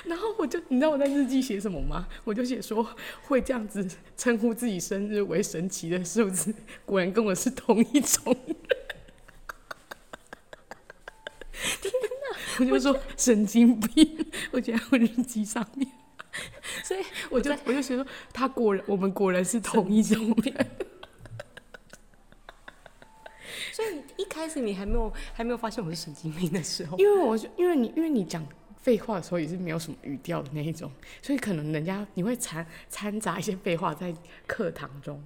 Speaker 2: 然后我就，你知道我在日记写什么吗？我就写说会这样子称呼自己生日为神奇的数字，果然跟我是同一种 人。天哪！我就说神经病，我写在我日记上面，
Speaker 3: 所以
Speaker 2: 我就我就写说他果然我们果然是同一种人。
Speaker 3: 所以一开始你还没有还没有发现我是神经病的时候，
Speaker 2: 因为我是因为你因为你讲废话的时候也是没有什么语调的那一种，所以可能人家你会掺掺杂一些废话在课堂中，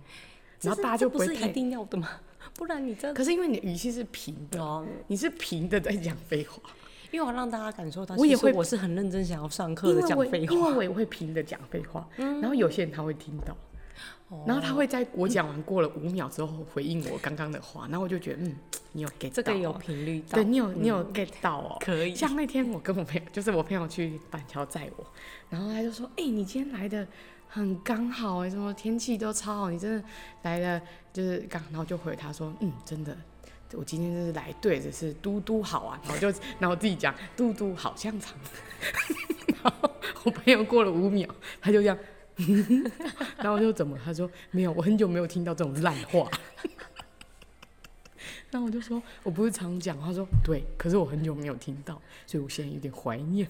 Speaker 2: 然后大家就
Speaker 3: 不
Speaker 2: 会
Speaker 3: 是
Speaker 2: 太
Speaker 3: 一。定要的吗？不然你这
Speaker 2: 可是因为你的语气是平的，
Speaker 3: 哦，
Speaker 2: 你是平的在讲废话，
Speaker 3: 因为我要让大家感受到，
Speaker 2: 我也
Speaker 3: 其实
Speaker 2: 会
Speaker 3: 我是很认真想要上课
Speaker 2: 因
Speaker 3: 的
Speaker 2: 为
Speaker 3: 讲
Speaker 2: 我
Speaker 3: 废
Speaker 2: 因为
Speaker 3: 话。嗯
Speaker 2: 我也会平的讲废话，然后有些人他会听到，
Speaker 3: 哦
Speaker 2: 然后他会在我讲完过了五秒之后回应我刚刚的话，然后我就觉得嗯，你有 get
Speaker 3: 这 个
Speaker 2: 到
Speaker 3: 有
Speaker 2: 哦
Speaker 3: 频率到嗯
Speaker 2: 对，你有你有 get 到哦，
Speaker 3: 可以
Speaker 2: 像那天我跟我朋友， 就是我朋友去板桥载我，然后他就说：“哎、你今天来的很刚好哎、什么天气都超好，你真的来的就是刚。”然后就回他说：“嗯，真的。”我今天就是来对着是嘟嘟好啊， 然后就然后我自己讲嘟嘟好香肠， 然后我朋友过了五秒，他就这样， 然后我就怎么了？他说没有，我很久没有听到这种烂话。 然后我就说，我不是常讲，他说对，可是我很久没有听到，所以我现在有点怀念。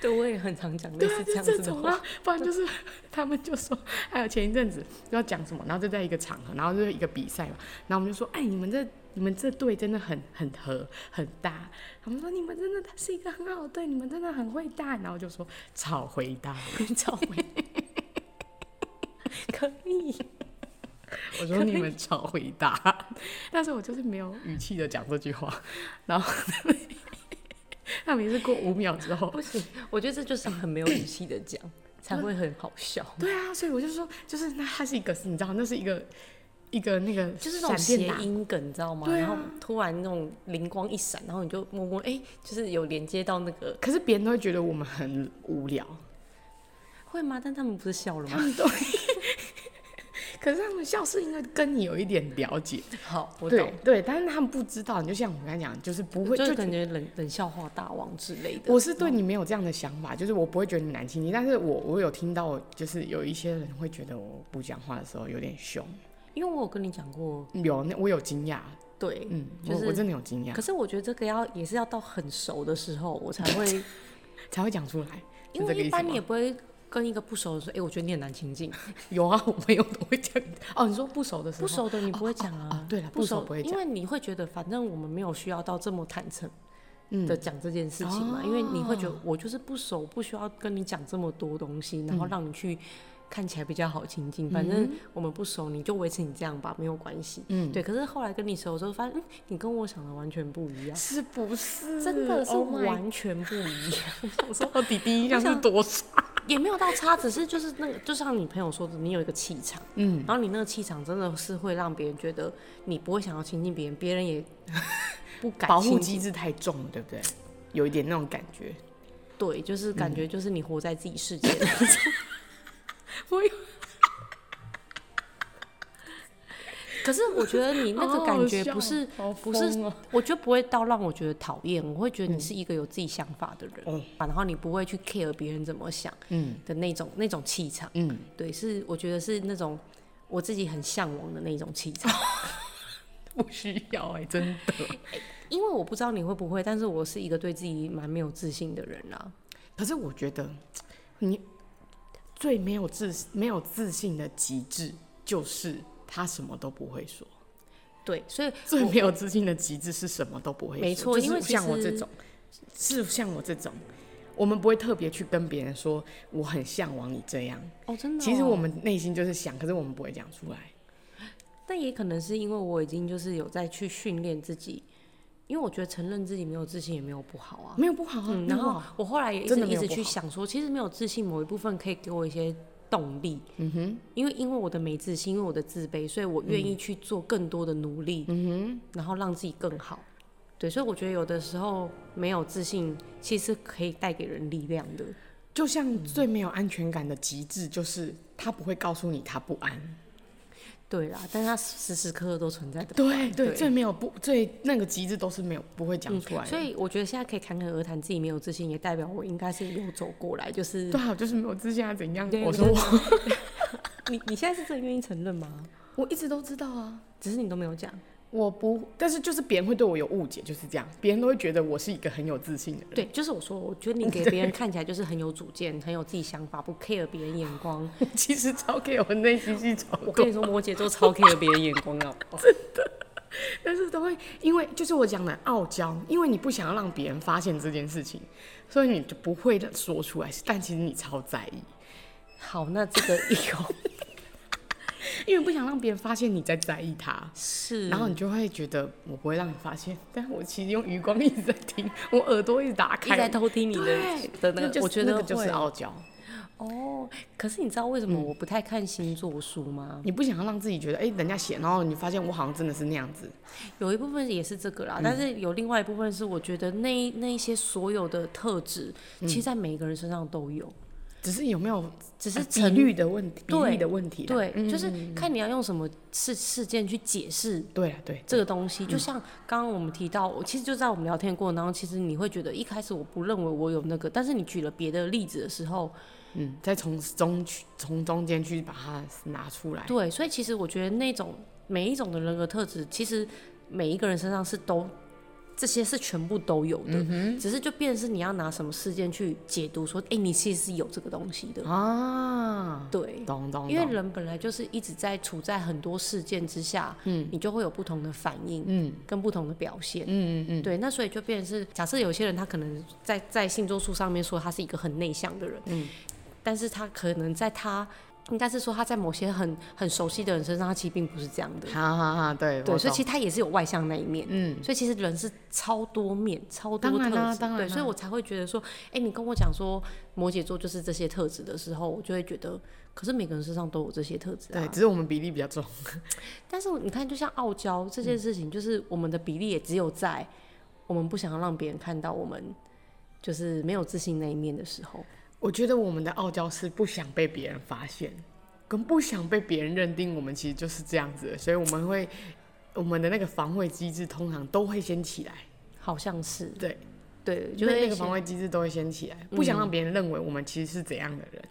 Speaker 3: 对，我也很常讲类似这样
Speaker 2: 啊这
Speaker 3: 子的
Speaker 2: 种
Speaker 3: 话
Speaker 2: 啊。，不然就是 他们就说，还有前一阵子 就要讲什么，然后就在一个场合，然后就是一个比赛嘛，然后我们就说，哎，你们这你们这队真的很很合很搭，他们说你们真的是一个很好的队，你们真的很会搭，然后我就说超会 搭，
Speaker 3: 超会可 以，
Speaker 2: 我说你们超会搭， 但是我就是没有语气的讲这句话，然后他们也是过五秒之后，
Speaker 3: 不行，我觉得这就是很没有语气的 讲，才会很好笑。
Speaker 2: 对啊，所以我就说，就是那它是一个，你知道，那是一个一个那个
Speaker 3: 就是那种
Speaker 2: 闪
Speaker 3: 谐
Speaker 2: 电打
Speaker 3: 音梗，你知道吗？
Speaker 2: 对啊
Speaker 3: 然后突然那种灵光一闪，然后你就摸摸，哎、就是有连接到那个
Speaker 2: 可是别人都会觉得我们很无聊，
Speaker 3: 会吗？但他们不是笑了
Speaker 2: 他
Speaker 3: 吗？
Speaker 2: 们都。可是他们笑是因为跟你有一点了解，
Speaker 3: 好，我
Speaker 2: 对
Speaker 3: 懂，
Speaker 2: 对，但是他们不知道，你就像我刚才讲，就是不会，
Speaker 3: 就
Speaker 2: 就是
Speaker 3: 感觉冷冷笑话大王之类的。
Speaker 2: 我是对你没有这样的想法，就是我不会觉得你难听你，但是我我有听到，就是有一些人会觉得我不讲话的时候有点凶，
Speaker 3: 因为我有跟你讲过，
Speaker 2: 有那我有惊讶，
Speaker 3: 对，
Speaker 2: 嗯，
Speaker 3: 就
Speaker 2: 我我
Speaker 3: 是。
Speaker 2: 真的有惊讶
Speaker 3: 可是我觉得这个要也是要到很熟的时候，我才会，
Speaker 2: 才会讲出来，是
Speaker 3: 因
Speaker 2: 这
Speaker 3: 为
Speaker 2: 个
Speaker 3: 一
Speaker 2: 意思
Speaker 3: 般
Speaker 2: 吗
Speaker 3: 你也不会跟一个不熟的说，哎、我觉得你很难亲近。
Speaker 2: 有啊，我朋友都会这样。哦，你说不熟的时候，
Speaker 3: 不熟的你不会讲
Speaker 2: 哦
Speaker 3: 啊
Speaker 2: 哦哦对了不熟不会讲
Speaker 3: 因为你会觉得反正我们没有需要到这么坦诚
Speaker 2: 嗯
Speaker 3: 的讲这件事情嘛，
Speaker 2: 哦
Speaker 3: 因为你会觉得我就是不熟，不需要跟你讲这么多东西，然后让你去。看起来比较好亲近，反
Speaker 2: 嗯
Speaker 3: 正我们不熟，你就维持你这样吧，没有关系。嗯，对。可是后来跟你熟之后，发现嗯，你跟我想的完全不一样，
Speaker 2: 是不是？
Speaker 3: 真的是
Speaker 2: Oh my
Speaker 3: 完全不一样。 我想说
Speaker 2: 我弟弟印象是多少？
Speaker 3: 也没有到差，只是就是那个，就像你朋友说的，你有一个气场，嗯，然后你那个气场真的是会让别人觉得你不会想要亲近别人，别 人也不敢
Speaker 2: 保护
Speaker 3: 亲
Speaker 2: 机
Speaker 3: 近。
Speaker 2: 制太重了，对不对？有一点那种感觉。
Speaker 3: 对，就是感觉就是你活在自己世界里。
Speaker 2: 嗯 我有
Speaker 3: 可是我觉得你那
Speaker 2: 好
Speaker 3: 个
Speaker 2: 好
Speaker 3: 感觉
Speaker 2: 笑
Speaker 3: 不是
Speaker 2: 好
Speaker 3: 不是
Speaker 2: 疯哦，
Speaker 3: 我觉得不会到让我觉得讨厌，我会觉得你是一个有自己想法的人，
Speaker 2: 嗯
Speaker 3: 然后你不会去 care 别人怎么想，
Speaker 2: 嗯
Speaker 3: 的那种那种气场，
Speaker 2: 嗯，
Speaker 3: 对，是我觉得是那种我自己很向往的那种气场。
Speaker 2: 不需要哎、真的。
Speaker 3: 因为我不知道你会不会，但是我是一个对自己蛮没有自信的人啊啦、
Speaker 2: 可是我觉得你最没有自没有自信的极致，就是他什么都不会说。
Speaker 3: 对，所以
Speaker 2: 最没有自信的极致是什么都不会说，
Speaker 3: 没错
Speaker 2: 就
Speaker 3: 因为
Speaker 2: 是
Speaker 3: 其实
Speaker 2: 像我这种，是像我这种，我们不会特别去跟别人说我很向往你这样。
Speaker 3: 哦，真的哦、
Speaker 2: 其实我们内心就是想，可是我们不会讲出来。
Speaker 3: 但也可能是因为我已经就是有在去训练自己，因为我觉得承认自己没有自信也没有不好啊。
Speaker 2: 没有不好啊，
Speaker 3: 嗯，
Speaker 2: 没有
Speaker 3: 然
Speaker 2: 不
Speaker 3: 后
Speaker 2: 好
Speaker 3: 我后来也一
Speaker 2: 真
Speaker 3: 直
Speaker 2: 的没
Speaker 3: 一
Speaker 2: 有
Speaker 3: 直
Speaker 2: 不
Speaker 3: 去
Speaker 2: 好
Speaker 3: 想说，其实没有自信某一部分可以给我一些动力。嗯哼，因为因为我的没自信，因为我的自卑，所以我愿
Speaker 2: 嗯
Speaker 3: 意去做更多的努力。嗯哼，然后让自己更好。对，所以我觉得有的时候没有自信，其实可以带给人力量的。
Speaker 2: 就像最没有安全感的极致，就是他不会告诉你他不安。
Speaker 3: 对啦，但是它时时刻刻都存在的。
Speaker 2: 对对，嗯
Speaker 3: 对
Speaker 2: 最没有不最那个极致都是没有不会讲出来的。
Speaker 3: 嗯所以我觉得现在可以侃侃而谈，自己没有自信，也代表我应该是有走过来。就是
Speaker 2: 对啊，我就是没有自信啊，怎样？
Speaker 3: 对
Speaker 2: 我说
Speaker 3: 我
Speaker 2: 我
Speaker 3: 你你现在是真的愿意承认吗？
Speaker 2: 我一直都知道啊，
Speaker 3: 只是你都没有讲。
Speaker 2: 我不，但是就是别人会对我有误解，就是这样，别人都会觉得我是一个很有自信的人。
Speaker 3: 对，就是我说，我觉得你给别人看起来就是很有主见，很有自己想法，不 care 别人眼 光。
Speaker 2: 其实超 care 我内心戏超多
Speaker 3: 我啊
Speaker 2: 哦
Speaker 3: 跟，你说，摩羯座超 care 别人眼光的，
Speaker 2: 但是都会因为就是我讲的傲娇，因为你不想要让别人发现这件事情，所以你就不会说出来，但其实你超在意，
Speaker 3: 好，那这个以后
Speaker 2: 因为不想让别人发现你在在意他。
Speaker 3: 是，
Speaker 2: 然后你就会觉得我不会让你发现， 但我其实用余光一直在听，我耳朵一直打
Speaker 3: 一
Speaker 2: 开，
Speaker 3: 直在偷听你的
Speaker 2: 对
Speaker 3: 的那
Speaker 2: 那就
Speaker 3: 个，我
Speaker 2: 是
Speaker 3: 觉
Speaker 2: 那嗯个
Speaker 3: 得
Speaker 2: 就是
Speaker 3: 会
Speaker 2: 傲娇，
Speaker 3: 哦。可是你知道为什么我不太看星座书吗？
Speaker 2: 你不想要让自己觉得哎、诶人家写，然后你发现我好像真的是那样子，
Speaker 3: 有一部分也是这个
Speaker 2: 嗯
Speaker 3: 啦，但是有另外一部分是我觉得那一那一些所有的特质，
Speaker 2: 嗯
Speaker 3: 其实在每一个人身上都有，
Speaker 2: 只是有没有
Speaker 3: 只
Speaker 2: 啊
Speaker 3: 是
Speaker 2: 比
Speaker 3: 成
Speaker 2: 率嗯的问题，比
Speaker 3: 对
Speaker 2: 例的问题啦，
Speaker 3: 对，就是看你要用什么事事件去解释
Speaker 2: 对了对，
Speaker 3: 这个东西。就像刚刚我们提到，我其实就在我们聊天的过程当中，其实你会觉得一开始我不认为我有那个，但是你举了别的例子的时候，
Speaker 2: 嗯，再从中去从中间去把它拿出来，
Speaker 3: 对，所以其实我觉得那种每一种的人格特质，其实每一个人身上是都这些是全部都有的，只是就变成是你要拿什么事件去解读说，哎、你其实是有这个东西的，
Speaker 2: 啊，
Speaker 3: 对。
Speaker 2: 懂懂，
Speaker 3: 因为
Speaker 2: 懂
Speaker 3: 人本来就是一直在处在很多事件之下，嗯，你就会有不同的反应，嗯，跟不同的表现，嗯嗯嗯，对，那所以就变成是，假设有些人他可能在在星座书上面说他是一个很内向的人，嗯，但是他可能在他应该是说他在某些很很熟悉的人身上，他其实并不是这样的，
Speaker 2: 哈哈哈，对
Speaker 3: 对，所以其
Speaker 2: 实
Speaker 3: 实他也是有外向那一面，
Speaker 2: 嗯，
Speaker 3: 所以其实人是超多面、超多
Speaker 2: 当
Speaker 3: 特
Speaker 2: 然
Speaker 3: 质，
Speaker 2: 啦当然啊
Speaker 3: 对，
Speaker 2: 啦
Speaker 3: 所以我才会觉得说，哎、你跟我讲说摩羯座就是这些特质的时候，我就会觉得，可是每个人身上都有这些特质
Speaker 2: 对，
Speaker 3: 啊。
Speaker 2: 只是我们比例比较重，
Speaker 3: 但是你看，就像傲娇这件事情，就是我们的比例也只有在我们不想要让别人看到我们就是没有自信那一面的时候。
Speaker 2: 我觉得我们的傲娇是不想被别人发现，跟不想被别人认定，我们其实就是这样子的，所以我们会我们的那个防卫机制通常都会先起来，
Speaker 3: 好像是
Speaker 2: 对，嗯
Speaker 3: 对，就
Speaker 2: 就是
Speaker 3: 是
Speaker 2: 那个防卫机制都会先起来，不想让别人认为我们其实是怎样的人。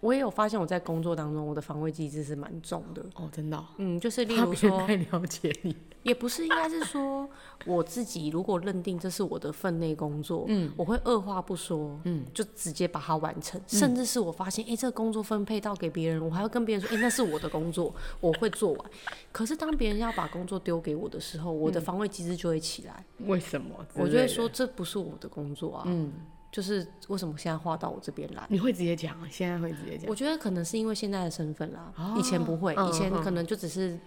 Speaker 3: 我也有发现，我在工作当中，我的防卫机制是蛮重的。
Speaker 2: 哦，真的哦、
Speaker 3: 嗯，就是例
Speaker 2: 怕
Speaker 3: 如
Speaker 2: 别人
Speaker 3: 说，
Speaker 2: 太了解你，
Speaker 3: 也不是，应该是说我自己如果认定这是我的分内工作，嗯，我会二话不说，嗯，就直接把它完成，甚至是我发现，哎、这个工作分配到给别人，我还要跟别人说，哎、那是我的工作，我会做完。可是当别人要把工作丢给我的时候，我的防卫机制就会起来，
Speaker 2: 为什么？
Speaker 3: 我就会说，这不是我的工作啊，嗯，就是为什么现在划到我这边来？
Speaker 2: 你会直接讲，现在会直接讲。
Speaker 3: 我觉得可能是因为现在的身份啦，以前不会，
Speaker 2: 嗯
Speaker 3: 以前
Speaker 2: 嗯
Speaker 3: 可能就只是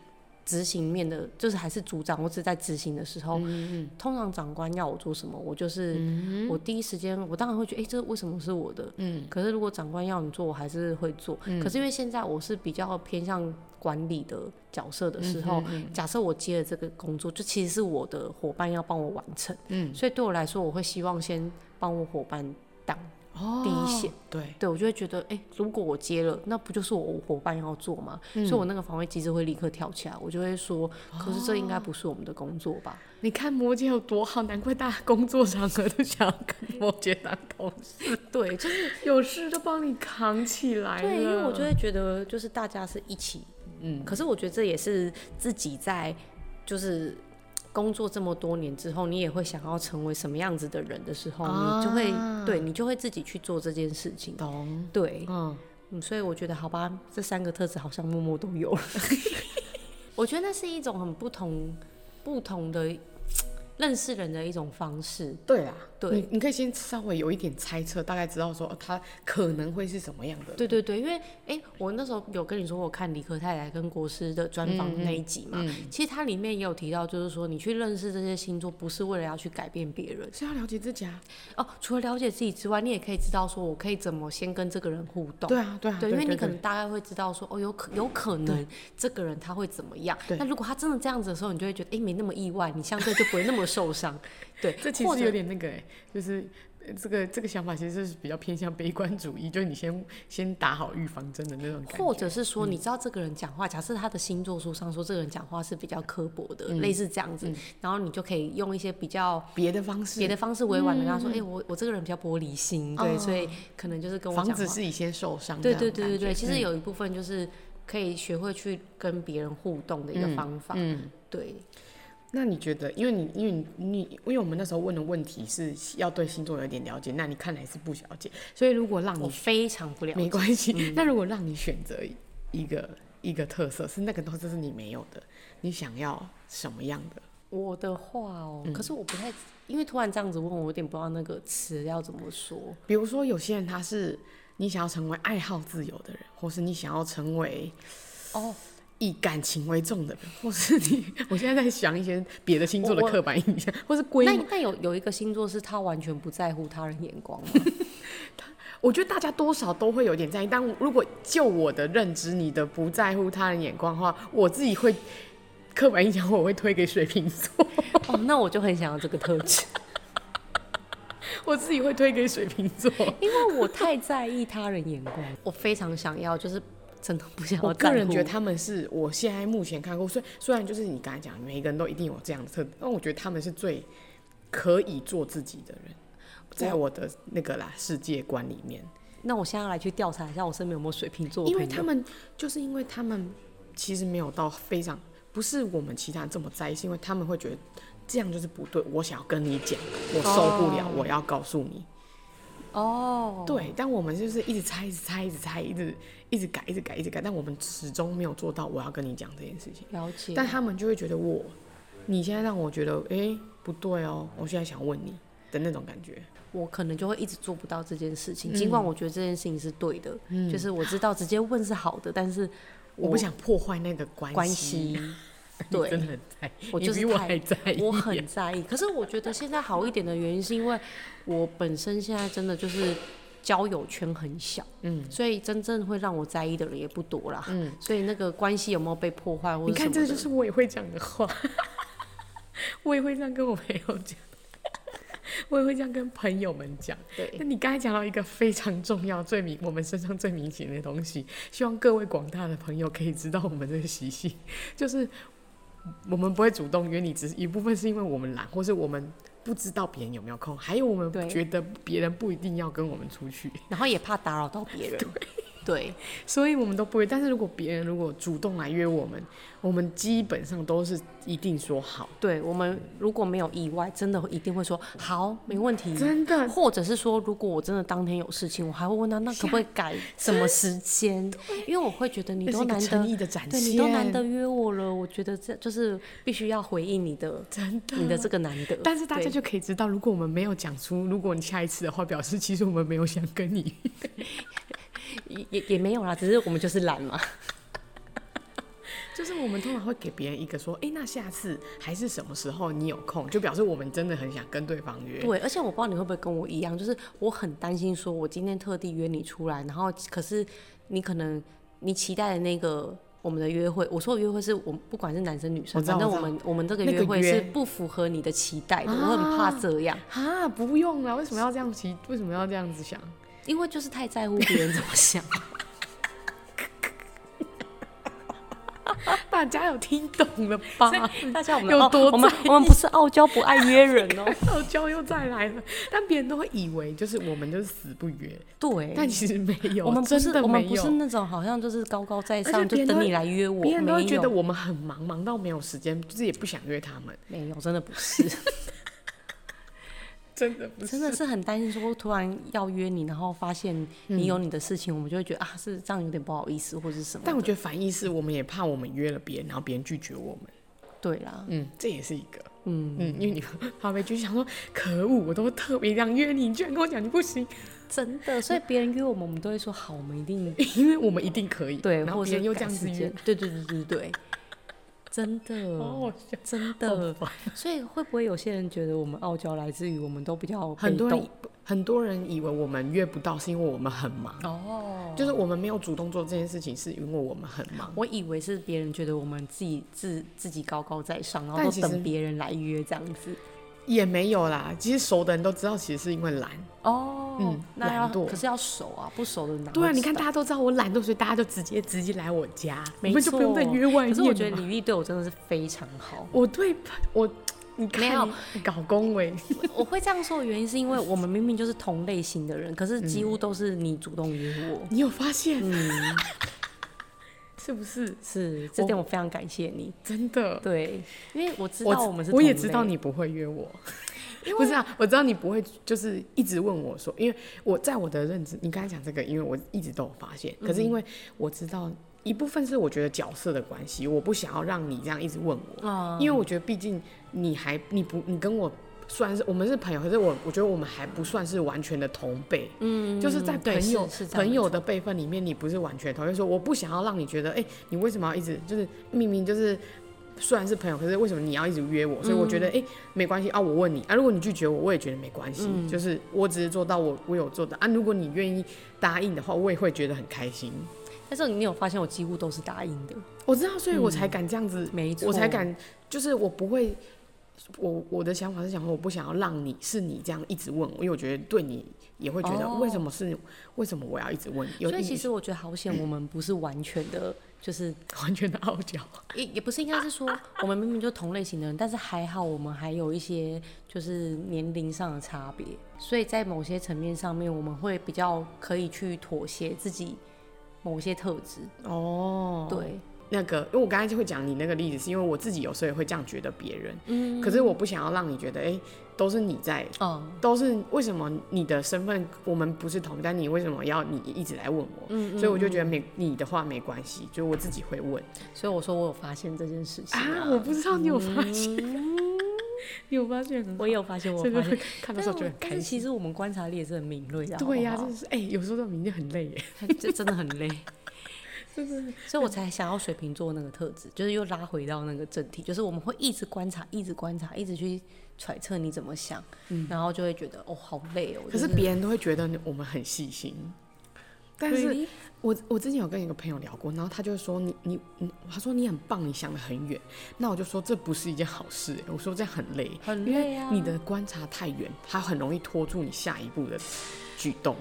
Speaker 3: 执行面的，就是还是组长，我只在执行的时候，
Speaker 2: 嗯
Speaker 3: 通常长官要我做什么，我就是、
Speaker 2: 嗯
Speaker 3: 我第一时间，我当然会觉得，哎、这为什么是我的？嗯，可是如果长官要你做，我还是会做。
Speaker 2: 嗯
Speaker 3: 可是因为现在我是比较偏向管理的角色的时
Speaker 2: 嗯
Speaker 3: 候，假设我接了这个工作，就其实是我的伙伴要帮我完成，嗯，所以对我来说，我会希望先帮我伙伴挡
Speaker 2: 哦
Speaker 3: 第一线。
Speaker 2: 对，
Speaker 3: 对，我就会觉得，哎、如果我接了，那不就是我伙伴要做吗？所以我那个防卫机制会立刻跳起来，我就会说，可是这应该不是我们的工作吧？
Speaker 2: 你看摩羯有多好，难怪大家工作场合都想要跟摩羯当同事，
Speaker 3: 对，就是
Speaker 2: 有事都帮你扛起来
Speaker 3: 对，因为我就
Speaker 2: 得
Speaker 3: 会觉得，就是大家是一起，嗯，可是我觉得这也是自己在就是工作这么多年之后，你也会想要成为什么样子的人的时候，你就会对你就会自己去做这件事情。
Speaker 2: 懂，
Speaker 3: 对，
Speaker 2: 嗯，
Speaker 3: 嗯，所以我觉得好吧，这三个特质好像默默都有了。 我觉得那是一种很不同、不同的认识人的一种方式。
Speaker 2: 对啦，
Speaker 3: 对
Speaker 2: 你你可以先稍微有一点猜测，大概知道说、哦、他可能会是什么样的。
Speaker 3: 对对对，因为哎、诶我那时候有跟你说，我看理科太太跟国师的专访那一集嘛，其实它里面也有提到，就是说你去认识这些星座，不是为了要去改变别人
Speaker 2: 是要了解自己啊，
Speaker 3: 哦，除了了解自己之外，你也可以知道说，我可以怎么先跟这个人互动。
Speaker 2: 对啊，对啊，
Speaker 3: 对，因为你可
Speaker 2: 对
Speaker 3: 能大概会知道说，哦，有可有可能这个人他会怎么样。
Speaker 2: 对
Speaker 3: 那如果他真的这样子的时候，你就会觉得，哎，没那么意外，你相对就不会那么受伤。 对，
Speaker 2: 这其
Speaker 3: 或
Speaker 2: 实
Speaker 3: 者
Speaker 2: 有点那个哎、就是呃这个这个想法其实是比较偏向悲观主义，就是你先先打好预防针的那种感觉。
Speaker 3: 或者是
Speaker 2: 嗯
Speaker 3: 说，你知道这个人讲话，假设他的星座书上说这个人讲话是比较刻薄的，
Speaker 2: 嗯
Speaker 3: 类似这样子，然后你就可以用一些比较。
Speaker 2: 别的方式，
Speaker 3: 别的方式委婉的跟他说，哎、我我这个人比较玻璃心，对，
Speaker 2: 嗯哦
Speaker 3: 所以可能就是跟我讲
Speaker 2: 防
Speaker 3: 话
Speaker 2: 止自己先受伤这
Speaker 3: 对
Speaker 2: 样的
Speaker 3: 对
Speaker 2: 感觉。
Speaker 3: 对对对，其实
Speaker 2: 嗯
Speaker 3: 有一部分就是可以学会去跟别人互动的一个
Speaker 2: 嗯
Speaker 3: 方法，对，
Speaker 2: 那你觉得，因为你因为你你因为我们那时候问的问题是要对星座有一点了解，那你看来是不了解，所以如果让嗯
Speaker 3: 我
Speaker 2: 你
Speaker 3: 非常不了解
Speaker 2: 没关系，那如果让你选择一个一个特色，是那个东西是你没有的，你想要什么样的？
Speaker 3: 我的话哦，可是我不太，因为突然这样子问我，有点不知道那个词要怎么说。
Speaker 2: 比如说，有些人他是你想要成为爱好自由的人，或是你想要成为
Speaker 3: 哦，
Speaker 2: 以感情为重的人，或是你， 我现在在想一些别的星座的
Speaker 3: 我我
Speaker 2: 刻板印象，或是规
Speaker 3: 那
Speaker 2: 模。
Speaker 3: 但有有一个星座是他完全不在乎他人眼光吗，
Speaker 2: 我觉得大家多少都会有点在意，但如果就我的认知，你的不在乎他人眼光的话，我自己会刻板印象，我会推给水瓶座，
Speaker 3: 哦，那我就很想要这个特质，
Speaker 2: 我自己会推给水瓶座。
Speaker 3: 因为我太在意他人眼光，我非常想要，就是真的不想要
Speaker 2: 我个
Speaker 3: 在
Speaker 2: 人
Speaker 3: 乎
Speaker 2: 觉得他们是我现在目前看过，虽虽然就是你刚才讲，每一个人都一定有这样的特点，但我觉得他们是最可以做自己的人，在我的那个啦世界观里面，
Speaker 3: 那我现在来去调查一下我身边有没有水瓶座的
Speaker 2: 因为
Speaker 3: 朋友
Speaker 2: 他们就是因为他们其实没有到非常不是我们其他人这么在意，是因为他们会觉得这样就是不对，我想要跟你讲，我受不了，我要告诉你。
Speaker 3: 哦，
Speaker 2: 对，但我们就是一直猜，一直猜，一直猜，一直一直改，一直改，一直改，但我们始终没有做到我要跟你讲这件事情。
Speaker 3: 了解，
Speaker 2: 但他们就会觉得我，你现在让我觉得，哎、不对哦，我现在想问你的那种感觉。
Speaker 3: 我可能就会一直做不到这件事情，尽管我觉得这件事情是对的，就是我知道直接问是好的，但是
Speaker 2: 我不想破坏那个关
Speaker 3: 关
Speaker 2: 系，
Speaker 3: 系
Speaker 2: 你
Speaker 3: 对
Speaker 2: 真的很在意，
Speaker 3: 我
Speaker 2: 你
Speaker 3: 就是
Speaker 2: 比我
Speaker 3: 太
Speaker 2: 还在意，啊
Speaker 3: 我很在意。可是我觉得现在好一点的原因，是因为我本身现在真的就是交友圈很小，嗯，所以真正会让我在意的人也不多啦，嗯，所以那个关系有没有被破坏或
Speaker 2: 你
Speaker 3: 者什
Speaker 2: 看，
Speaker 3: 么
Speaker 2: 这
Speaker 3: 的，
Speaker 2: 就是我也会讲的 话，我也会这样跟我朋友讲，我也会这样跟朋友们讲。那
Speaker 3: 对，
Speaker 2: 你刚才讲到一个非常重要、最明我们身上最明显的东西，希望各位广大的朋友可以知道我们这个习性， 就是我们不会主动约你，只是一部分是因为我们懒，或是我们不知道别人有没有空，还有我
Speaker 3: 对
Speaker 2: 们觉得别人不一定要跟我们出去，
Speaker 3: 然后也怕打扰到别人，对，
Speaker 2: 所以我们都不会。但是如果别人如果主动来约我们，我们基本上都是一定说好。
Speaker 3: 对，我们如果没有意外，真的一定会说好，没问题。
Speaker 2: 真的
Speaker 3: 或者是说，如果我真的当天有事情，我还会问他，那可不可以 改什么时间？因为我会觉得你
Speaker 2: 这是
Speaker 3: 都
Speaker 2: 一个
Speaker 3: 难
Speaker 2: 诚意
Speaker 3: 得，
Speaker 2: 的展
Speaker 3: 对
Speaker 2: 现，
Speaker 3: 你都难得约我了，我觉得这就是必须要回应你的，
Speaker 2: 真的
Speaker 3: 你的这个难得。
Speaker 2: 但是大家
Speaker 3: 对
Speaker 2: 就可以知道，如果我们没有讲出，如果你下一次的话，表示其实我们没有想跟你。
Speaker 3: 也也也没有啦，只是我们就是懒嘛。
Speaker 2: 就是我们通常会给别人一个说，哎、那下次还是什么时候你有空，就表示我们真的很想跟对方约。
Speaker 3: 对，而且我不知道你会不会跟我一样，就是我很担心，说我今天特地约你出来，然后可是你可能你期待的那个我们的约会，我说的约会是我们不管是男生女
Speaker 2: 我
Speaker 3: 生，
Speaker 2: 知道
Speaker 3: 反正
Speaker 2: 我
Speaker 3: 我
Speaker 2: 知道
Speaker 3: 们我们这个
Speaker 2: 那个
Speaker 3: 约会
Speaker 2: 约
Speaker 3: 是不符合你的期待的，我很怕这样，
Speaker 2: 啊，不用了，为什么要这样急？ 为什么要这样子想？
Speaker 3: 因为就是太在乎别人怎么 想。
Speaker 2: 大家有听懂了吧？
Speaker 3: 大家我们
Speaker 2: 有
Speaker 3: 哦
Speaker 2: 多
Speaker 3: 我们
Speaker 2: 在
Speaker 3: 我们不是傲娇不爱约人哦，
Speaker 2: 傲娇又再来了，但别人都会以为就是我们就是死不约，
Speaker 3: 对，
Speaker 2: 但其实没有，
Speaker 3: 我们不
Speaker 2: 真
Speaker 3: 是
Speaker 2: 的
Speaker 3: 我们
Speaker 2: 没
Speaker 3: 不
Speaker 2: 有
Speaker 3: 是。那种好像就是高高在
Speaker 2: 而且
Speaker 3: 上，就
Speaker 2: 别人都
Speaker 3: 等
Speaker 2: 会
Speaker 3: 你来约我，
Speaker 2: 别人都会
Speaker 3: 没
Speaker 2: 觉
Speaker 3: 有
Speaker 2: 得我们很忙，忙到没有时间，就是也不想约他们，
Speaker 3: 没有，真的不 是。
Speaker 2: 真的不是。
Speaker 3: 真的是很担心，说突然要约你，然后发现你有你的事情，我们就会觉得啊，是这样有点不好意思，或者是什么的。
Speaker 2: 但我觉得反义是我们也怕我们约了别人，然后别人拒绝我们。
Speaker 3: 对啦，
Speaker 2: 嗯，这也是一个。嗯嗯，因为你怕被拒绝，想说可恶，我都特别想约你，你居然跟我讲你不行，
Speaker 3: 真的，所以别人约我们，我们都会说好，我们一定
Speaker 2: 因为我们一定可以。
Speaker 3: 对，
Speaker 2: 然
Speaker 3: 或
Speaker 2: 后别
Speaker 3: 者是
Speaker 2: 人又
Speaker 3: 改
Speaker 2: 这样子
Speaker 3: 时
Speaker 2: 约
Speaker 3: 间，对对对对对，真
Speaker 2: 好好
Speaker 3: 的，
Speaker 2: 哦笑哦
Speaker 3: 真的， 所以会不会有些人觉得我们傲娇来自于我们都比较被
Speaker 2: 很多人
Speaker 3: 动
Speaker 2: 以很多人以为我们约不到，是因为我们很忙，
Speaker 3: 哦？
Speaker 2: 就是我们没有主动做这件事情，是因为我们很忙。
Speaker 3: 我以为是别人觉得我们自己自自己高高在上，然后
Speaker 2: 但
Speaker 3: 都
Speaker 2: 其实
Speaker 3: 等别人来约这样子。
Speaker 2: 也没有啦，其实熟的人都知道，其实是因为懒。
Speaker 3: 哦，
Speaker 2: 嗯
Speaker 3: 那要
Speaker 2: 懒惰
Speaker 3: 可是要熟啊，不熟的哪会
Speaker 2: 对啊，你
Speaker 3: 知
Speaker 2: 看
Speaker 3: 道
Speaker 2: 大家都知道我懒惰，所以大家就直接直接来我家，我
Speaker 3: 没
Speaker 2: 们就不用再
Speaker 3: 错
Speaker 2: 约外面
Speaker 3: 可
Speaker 2: 了。。
Speaker 3: 是我觉得李丽对我真的是非常好
Speaker 2: 我对我，你看
Speaker 3: 没有
Speaker 2: 你搞恭维，
Speaker 3: 我会这样说的原因是因为我们明明就是同类型的人，可是几乎都是你主动约我。
Speaker 2: 你有发现？
Speaker 3: 嗯
Speaker 2: 是不是
Speaker 3: 是，这点我非常感谢你。
Speaker 2: 真的？
Speaker 3: 对，因为我知
Speaker 2: 我
Speaker 3: 道我们是
Speaker 2: 我也
Speaker 3: 同
Speaker 2: 知
Speaker 3: 类
Speaker 2: 道你不会约我，不是啊，我知道你不会，就是一直问我
Speaker 3: 嗯
Speaker 2: 说，因为我在我的认知，你刚才讲这个，因为我一直都有发现，可是因为我知道一部分是我觉得角色的关系，我不想要让你这样一直问我，
Speaker 3: 啊，
Speaker 2: 因为我觉得毕竟你还你不你跟我虽然是我们是朋友，可是我我觉得我们还不算是完全的同辈，嗯，就是在
Speaker 3: 对
Speaker 2: 朋友
Speaker 3: 是是这样
Speaker 2: 朋友
Speaker 3: 没
Speaker 2: 的辈分里面，你不是完全同辈，所以我不想要让你觉得，哎、你为什么要一直就是明明就是。虽然是朋友，可是为什么你要一直约我？所以我觉
Speaker 3: 嗯
Speaker 2: 得，哎、没关系啊，我问你啊，如果你拒绝我，我也觉得没关系，
Speaker 3: 嗯
Speaker 2: 就是我只是做到我我有做到啊。如果你愿意答应的话，我也会觉得很开心。
Speaker 3: 但是你有发现我几乎都是答应的，
Speaker 2: 我知道，所以我才敢这样子
Speaker 3: 嗯没错，
Speaker 2: 我才敢，就是我不会，我我的想法是想说，我不想要让你是你这样一直问我，因为我觉得对你也会觉得
Speaker 3: 哦
Speaker 2: 为什么是、为什么我要一直问，有
Speaker 3: 所以
Speaker 2: 一嗯
Speaker 3: 其实我觉得好险，我们不是完全的，就是
Speaker 2: 完全的傲 娇，
Speaker 3: 也也不是应该是说我们明明就同类型的人，但是还好我们还有一些就是年龄上的差别，所以在某些层面上面，我们会比较可以去妥协自己某些特质。
Speaker 2: 哦，
Speaker 3: 对，
Speaker 2: 那个，因为我刚才就会讲你那个例子，是因为我自己有时候也会这样觉得别人，嗯，可是我不想要让你觉得，哎、都是你在
Speaker 3: 嗯，
Speaker 2: 都是为什么你的身份我们不是同，但你为什么要你一直来问我？
Speaker 3: 嗯
Speaker 2: 所以我就觉得没你的话没关系，就我自己会问
Speaker 3: 所以我说我有发现这件事情
Speaker 2: 啊。嗯
Speaker 3: 啊，
Speaker 2: 我不知道你有发现，你有发现吗？
Speaker 3: 我也有发现，我
Speaker 2: 真
Speaker 3: 有
Speaker 2: 的
Speaker 3: 发
Speaker 2: 会
Speaker 3: 现。
Speaker 2: 看到时
Speaker 3: 但是
Speaker 2: 候就
Speaker 3: 我
Speaker 2: 很
Speaker 3: 但
Speaker 2: 开
Speaker 3: 是
Speaker 2: 心。
Speaker 3: 其实我们观察力也是很敏锐的，
Speaker 2: 对呀、
Speaker 3: 好不
Speaker 2: 真
Speaker 3: 好
Speaker 2: 的是哎、有时候这种明天很累耶。
Speaker 3: 这真的很累，真的。所以我才想要水瓶座那个特质，就是又拉回到那个正题，就是我们会一直观察，一直观察，一直去揣测你怎么想，然后就会觉得哦，好累哦。
Speaker 2: 可是
Speaker 3: 就
Speaker 2: 别人都会觉得我们很细心，但是
Speaker 3: Really？
Speaker 2: 我我之前有跟一个朋友聊过，然后他就说你你你，他说你很棒，你想得很远。那我就说这不是一件好事、欸我说这样很累，
Speaker 3: 很
Speaker 2: 因
Speaker 3: 累
Speaker 2: 为
Speaker 3: 啊
Speaker 2: 你的观察太远，它很容易拖住你下一步的举动。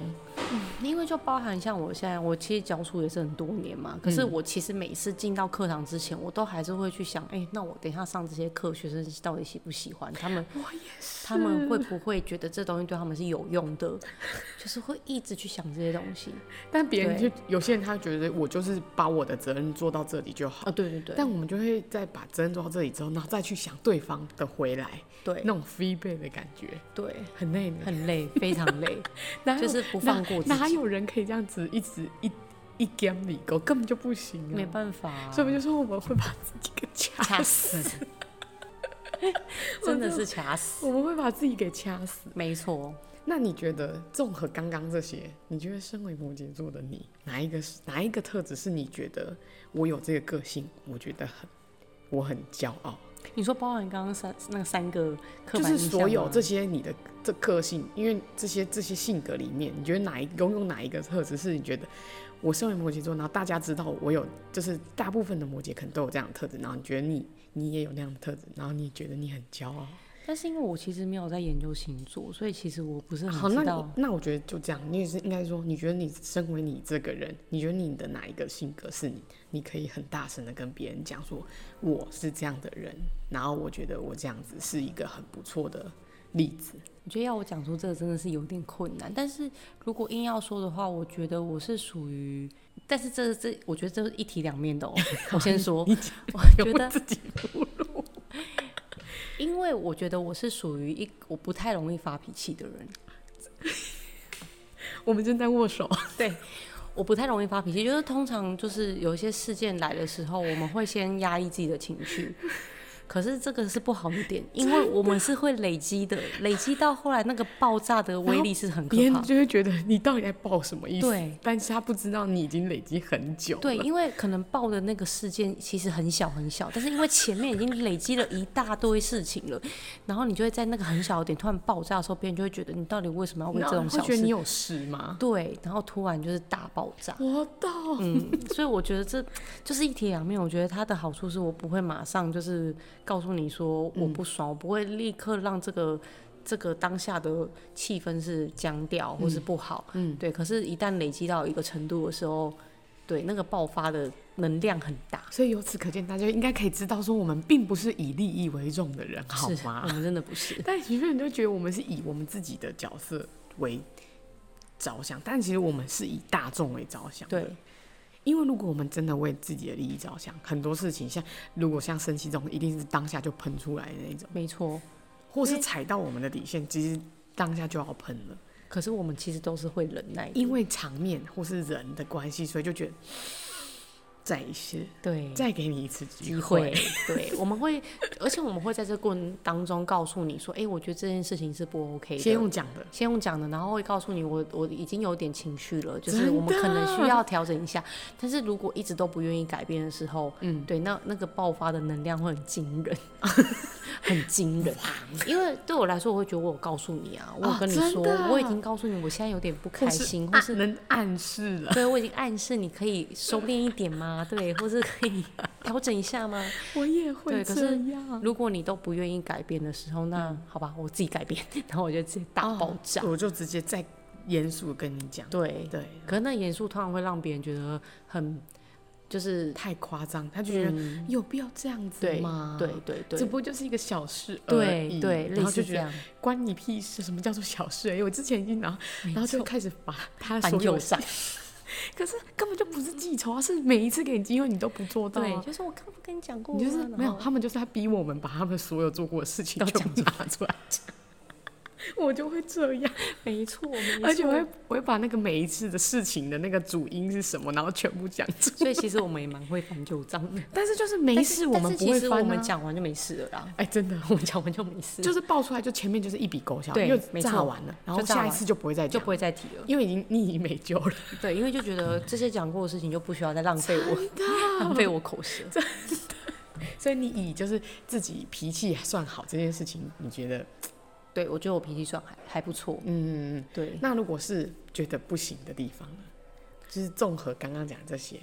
Speaker 3: 因为就包含像我现在，我其实教书也是很多年嘛，可是我其实每次进到课堂之前，我都还是会去想，哎、那我等一下上这些课，学生到底喜不喜欢？他们我也是，他们会不会觉得这东西对他们是有用的？ 就是会一直去想这些东西
Speaker 2: 但别人就有些人他觉得我就是把我的责任做到这里就好，
Speaker 3: 啊，对对对，
Speaker 2: 但我们就会再把责任做到这里之后，然后再去想对方的回来，
Speaker 3: 对
Speaker 2: 那种 feedback 的感觉
Speaker 3: 对。
Speaker 2: 很累呢。
Speaker 3: 很 累，非常累，
Speaker 2: 哪有
Speaker 3: 就是不放过自
Speaker 2: 哪哪
Speaker 3: 己，
Speaker 2: 有人可以这样子一直一一 game 里狗，根本就不行啊！
Speaker 3: 没办法、 啊，
Speaker 2: 所以我就说我们会把自己给掐
Speaker 3: 掐
Speaker 2: 死，
Speaker 3: 死，真的是掐死，
Speaker 2: 我们会把自己给掐死。
Speaker 3: 没错。
Speaker 2: 那你觉得综合刚刚这些，你觉得身为摩羯座的你，哪一个是哪一个特质是你觉得我有这个个性，我觉得很我很骄傲？
Speaker 3: 你说包含刚刚三那三个刻
Speaker 2: 就
Speaker 3: 板
Speaker 2: 是
Speaker 3: 印象吗，
Speaker 2: 所有这些你的这个性，因为这些这些性格里面，你觉得哪一拥有哪一个特质是你觉得我身为摩羯座，然后大家知道我有，就是大部分的摩羯可能都有这样的特质，然后你觉得你你也有那样的特质，然后你觉得你很骄傲。
Speaker 3: 但是因为我其实没有在研究星座，所以其实我不是
Speaker 2: 好，
Speaker 3: 很
Speaker 2: 那
Speaker 3: 嗯知
Speaker 2: 你
Speaker 3: 道。
Speaker 2: 那我觉得就这样，你也是应该说，你觉得你身为你这个人，你觉得你的哪一个性格是你，你可以很大声的跟别人讲说我是这样的人，然后我觉得我这样子是一个很不错的例子。
Speaker 3: 我觉得要我讲出这个真的是有点困难。但是如果硬要说的话，我觉得我是属于，但是这这我觉得这是一体两面 的哦。我先说，我觉得
Speaker 2: 自己
Speaker 3: 因为我觉得我是属于一我不太容易发脾气的人，
Speaker 2: 我们正在握手。
Speaker 3: 对，我不太容易发脾气，就是通常就是有一些事件来的时候，我们会先压抑自己的情 绪。可是这个是不好的点，因为我们是会累积的，累积到后来那个爆炸的威力是很可
Speaker 2: 别人
Speaker 3: 怕。
Speaker 2: 就会觉得你到底在爆什么意思？
Speaker 3: 对，
Speaker 2: 但是他不知道你已经累积很久了。
Speaker 3: 对，因为可能爆的那个事件其实很小很小，但是因为前面已经累积了一大堆事情了，然后你就会在那个很小的点突然爆炸的时候，别人就会觉得你到底为什么要为
Speaker 2: 那
Speaker 3: 这种
Speaker 2: 会
Speaker 3: 小
Speaker 2: 觉得
Speaker 3: 事
Speaker 2: 你？有事吗？
Speaker 3: 对，然后突然就是大爆炸。
Speaker 2: 我懂。
Speaker 3: 嗯，所以我觉得这就是一体两面。我觉得它的好处是我不会马上就是告诉你说我
Speaker 2: 嗯
Speaker 3: 不爽，我不会立刻让这个这个当下的气氛是僵掉或是不好。嗯，对。可是，一旦累积到一个程度的时候，对那个爆发的能量很大。
Speaker 2: 所以由此可见，大家应该可以知道说，我们并不是以利益为重的人，好
Speaker 3: 是
Speaker 2: 吗？
Speaker 3: 我们真的不 是。
Speaker 2: 但许多人都觉得我们是以我们自己的角色为着想，但其实我们是以大众为着想的。
Speaker 3: 对，
Speaker 2: 因为如果我们真的为自己的利益着想，很多事情像如果像生气这种，一定是当下就喷出来的那种，
Speaker 3: 没错。
Speaker 2: 或是踩到我们的底线，其实当下就要喷了。
Speaker 3: 可是我们其实都是会忍耐的，
Speaker 2: 因为场面或是人的关系，所以就觉得再一次，
Speaker 3: 对，
Speaker 2: 再给你一次机
Speaker 3: 机会。对，我们会，而且我们会在这过程当中告诉你说，哎、我觉得这件事情是不 OK 的。
Speaker 2: 先用讲的，
Speaker 3: 先用讲的，然后会告诉你我我已经有点情绪了，就是
Speaker 2: 真
Speaker 3: 我们可能
Speaker 2: 的
Speaker 3: 需要调整一下。但是如果一直都不愿意改变的时候，嗯，对，那那个爆发的能量会很 惊人，很惊人。因为对我来说，我会觉得我有告诉你啊，我有
Speaker 2: 哦
Speaker 3: 跟你
Speaker 2: 真
Speaker 3: 说，
Speaker 2: 的啊
Speaker 3: 我已经告诉你，我现在有点不开心，或
Speaker 2: 暗
Speaker 3: 是
Speaker 2: 能暗示 了。
Speaker 3: 对我已经暗示你可以收敛一 点吗？对，或是可以调整一下吗？
Speaker 2: 我也
Speaker 3: 对
Speaker 2: 会
Speaker 3: 可
Speaker 2: 这
Speaker 3: 是
Speaker 2: 样。
Speaker 3: 如果你都不愿意改变的时候，那
Speaker 2: 嗯
Speaker 3: 好吧，我自己改变，然后我就直接
Speaker 2: 哦
Speaker 3: 大爆炸。
Speaker 2: 我就直接再严肃地跟你讲，
Speaker 3: 对，
Speaker 2: 对，
Speaker 3: 可是那严肃通常会让别人觉得很，就是
Speaker 2: 太夸张，他就觉得、有必要这样子
Speaker 3: 嗯对
Speaker 2: 吗？
Speaker 3: 对对
Speaker 2: 这
Speaker 3: 对
Speaker 2: 不过就是一个小事而
Speaker 3: 对
Speaker 2: 已，
Speaker 3: 对，
Speaker 2: 然
Speaker 3: 类
Speaker 2: 后就
Speaker 3: 似
Speaker 2: 觉
Speaker 3: 这
Speaker 2: 得
Speaker 3: 样，
Speaker 2: 关你屁事，什么叫做小事而已？我之前已经然后然后就开始把他
Speaker 3: 翻
Speaker 2: 所有
Speaker 3: 旧，账。
Speaker 2: 可是根本就不是记仇啊，是每一次给你机会你都不做到、
Speaker 3: 对，
Speaker 2: 啊。
Speaker 3: 就是我刚不跟哦你讲过吗，
Speaker 2: 你就是
Speaker 3: 然
Speaker 2: 没有，
Speaker 3: 后
Speaker 2: 他们就是在逼我们把他们所有做过的事情
Speaker 3: 都
Speaker 2: 全
Speaker 3: 讲
Speaker 2: 部拿 出来讲，我就会这样，
Speaker 3: 没错，没
Speaker 2: 而且我
Speaker 3: 错
Speaker 2: 会我会把那个每一次的事情的那个主因是什么，然后全部讲出来。
Speaker 3: 所以其实我们也蛮会翻旧账的。
Speaker 2: 但是就是没
Speaker 3: 但是
Speaker 2: 事，我
Speaker 3: 但
Speaker 2: 们
Speaker 3: 是
Speaker 2: 不
Speaker 3: 其
Speaker 2: 会
Speaker 3: 实
Speaker 2: 翻、啊、
Speaker 3: 我们讲完就没事了啦，
Speaker 2: 哎、真的，
Speaker 3: 我们讲完就没事，
Speaker 2: 就是爆出来就前面就是一笔勾销，
Speaker 3: 对
Speaker 2: 又
Speaker 3: 没
Speaker 2: 炸
Speaker 3: 错
Speaker 2: 完了，然后
Speaker 3: 就炸
Speaker 2: 下一
Speaker 3: 完
Speaker 2: 次就不会再
Speaker 3: 就
Speaker 2: 讲
Speaker 3: 不，会再提了。
Speaker 2: 因为已经你已经没救了。
Speaker 3: 对，因为就觉得这些讲过的事情就不需要再浪费 我，浪费我口舌。
Speaker 2: 所以你以就是自己脾气算好这件事情，你觉得？
Speaker 3: 对，我觉得我脾气算还还不错。
Speaker 2: 嗯，
Speaker 3: 对，
Speaker 2: 那如果是觉得不行的地方呢？就是综合刚刚讲这些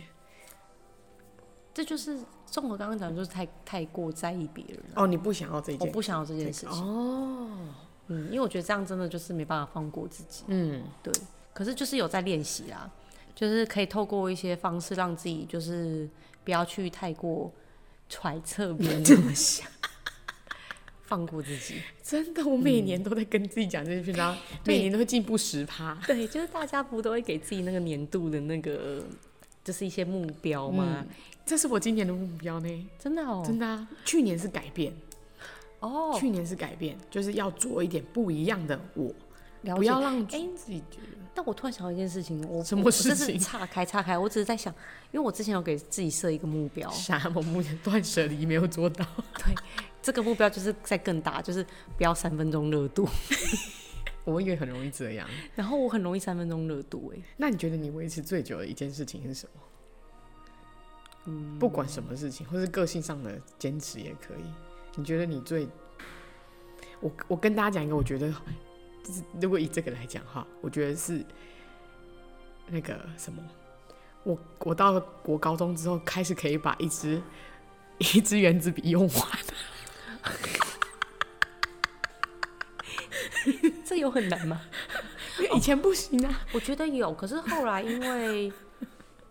Speaker 3: 这就是综合刚刚讲，就是太太过在意别人了。
Speaker 2: 哦，你不想要这一
Speaker 3: 我
Speaker 2: 件
Speaker 3: 不想要这件事情。
Speaker 2: 哦，
Speaker 3: 嗯，因为我觉得这样真的就是没办法放过自己。嗯，对。可是就是有在练习啦，就是可以透过一些方式让自己就是不要去太过揣测别人 怎么想，放过自 己。
Speaker 2: 真的，我每年都在跟自己讲这件事，然后每
Speaker 3: 对
Speaker 2: 年都会进步十趴。
Speaker 3: 对，就是大家不都会给自己那个年度的那个，就是一些目标吗？
Speaker 2: 这是我今年的目标呢，
Speaker 3: 真的哦，
Speaker 2: 嗯真的啊！去年是改变，
Speaker 3: 哦，
Speaker 2: 去年是改变，就是要做一点不一样的我，
Speaker 3: 了
Speaker 2: 不
Speaker 3: 解。
Speaker 2: 要让
Speaker 3: 哎
Speaker 2: 自己觉得
Speaker 3: 但我突然想到一件事情，我
Speaker 2: 什么
Speaker 3: 我
Speaker 2: 事
Speaker 3: 这是
Speaker 2: 情
Speaker 3: 岔开岔开，我只是在想，因为我之前有给自己设一个 目标，
Speaker 2: 啥，我目前断舍离没有做到。
Speaker 3: 这个目标就是在更大，就是不要三分钟热度。
Speaker 2: 我也很容易这样。
Speaker 3: 然后我很容易三分钟热度、哎，
Speaker 2: 那你觉得你维持最久的一件事情是什么？嗯，不管什么事情，或是个性上的坚持也可以。你觉得你最……我我跟大家讲一个，我觉得，就是如果以这个来讲哈，我觉得是那个什么，我我到了国高中之后，开始可以把一支 一支原子笔用完。
Speaker 3: 这有很难吗？
Speaker 2: 因为以前不行啊，
Speaker 3: 我觉得有，可是后来因为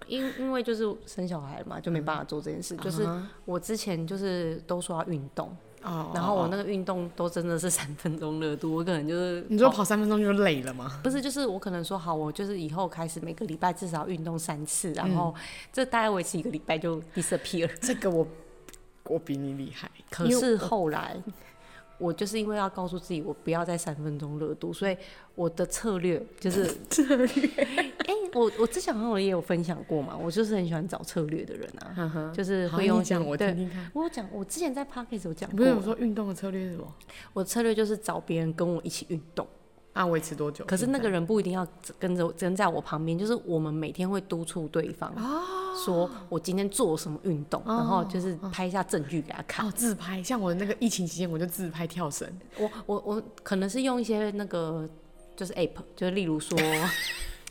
Speaker 3: 因因为就是生小孩了嘛，就没办法做这件事。就是我之前就是都说要运动，
Speaker 2: 哦
Speaker 3: 然后我
Speaker 2: 那
Speaker 3: 那个运动都真的是三分钟热度，我可能就是
Speaker 2: 你说
Speaker 3: 跑
Speaker 2: 跑三分钟就累了吗？
Speaker 3: 不是，就是我可能说好，我就是以后开始每个礼拜至少运动三次，然后这大概维持一个礼拜就 disappear。
Speaker 2: 这个我我比你厉害，
Speaker 3: 可
Speaker 2: 因为
Speaker 3: 是后来，我就是因为要告诉自己，我不要再三分钟热度，所以我的策略就是 策略。哎、我我之前好像也有分享过嘛，我就是很喜欢找策略的人啊，就是
Speaker 2: 好
Speaker 3: 会
Speaker 2: 你
Speaker 3: 用一
Speaker 2: 讲
Speaker 3: 些
Speaker 2: 我
Speaker 3: 对
Speaker 2: 听听看。
Speaker 3: 我有讲，我之前在 p o c k e t 有讲
Speaker 2: 不
Speaker 3: 过
Speaker 2: 是，我说运动的策略是什么？
Speaker 3: 我的策略就是找别人跟我一起运动。
Speaker 2: 啊，维持多久？
Speaker 3: 可是那个人不一定要跟着我跟在我旁边，就是我们每天会督促对方，
Speaker 2: 哦
Speaker 3: 说我今天做什么运动，然后就是拍一下证据给他看。
Speaker 2: 哦，自拍，像我那个疫情期间，我就自拍跳绳，
Speaker 3: 我我我可能是用一些那个就是 app，就是例如说，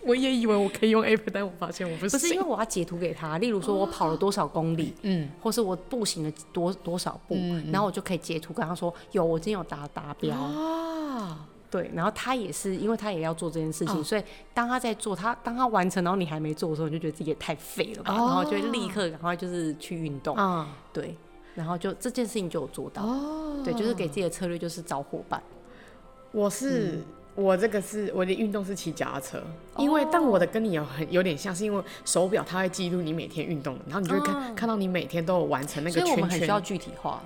Speaker 2: 我也以为我可以用 app，但我发现我不
Speaker 3: 不是因为我要截图给他，例如说我跑了多少公里，
Speaker 2: 嗯，
Speaker 3: 或是我步行了多多少步，然后我就可以截图跟他说，有我今天有达达标，
Speaker 2: 啊，
Speaker 3: 对，然后他也是，因为他也要做这件事情，所以当他在做，他当他完成，然后你还没做的时候，你就觉得自己也太废了吧，然后就会立刻赶快就是去运动，
Speaker 2: 啊，
Speaker 3: 对，然后就这件事情就有做到，
Speaker 2: 哦，
Speaker 3: 对，就是给自己的策略就是找伙伴，
Speaker 2: 我是、
Speaker 3: 嗯
Speaker 2: 我这个是我的运动是骑脚踏车，
Speaker 3: 哦
Speaker 2: 因为、但我的跟你有很有点像，是因为手表它会记录你每天运动的，然后你就会看、看到你每天都有完成那
Speaker 3: 哦所
Speaker 2: 个
Speaker 3: 以我们
Speaker 2: 圈
Speaker 3: 很需要
Speaker 2: 圈。
Speaker 3: 具体化，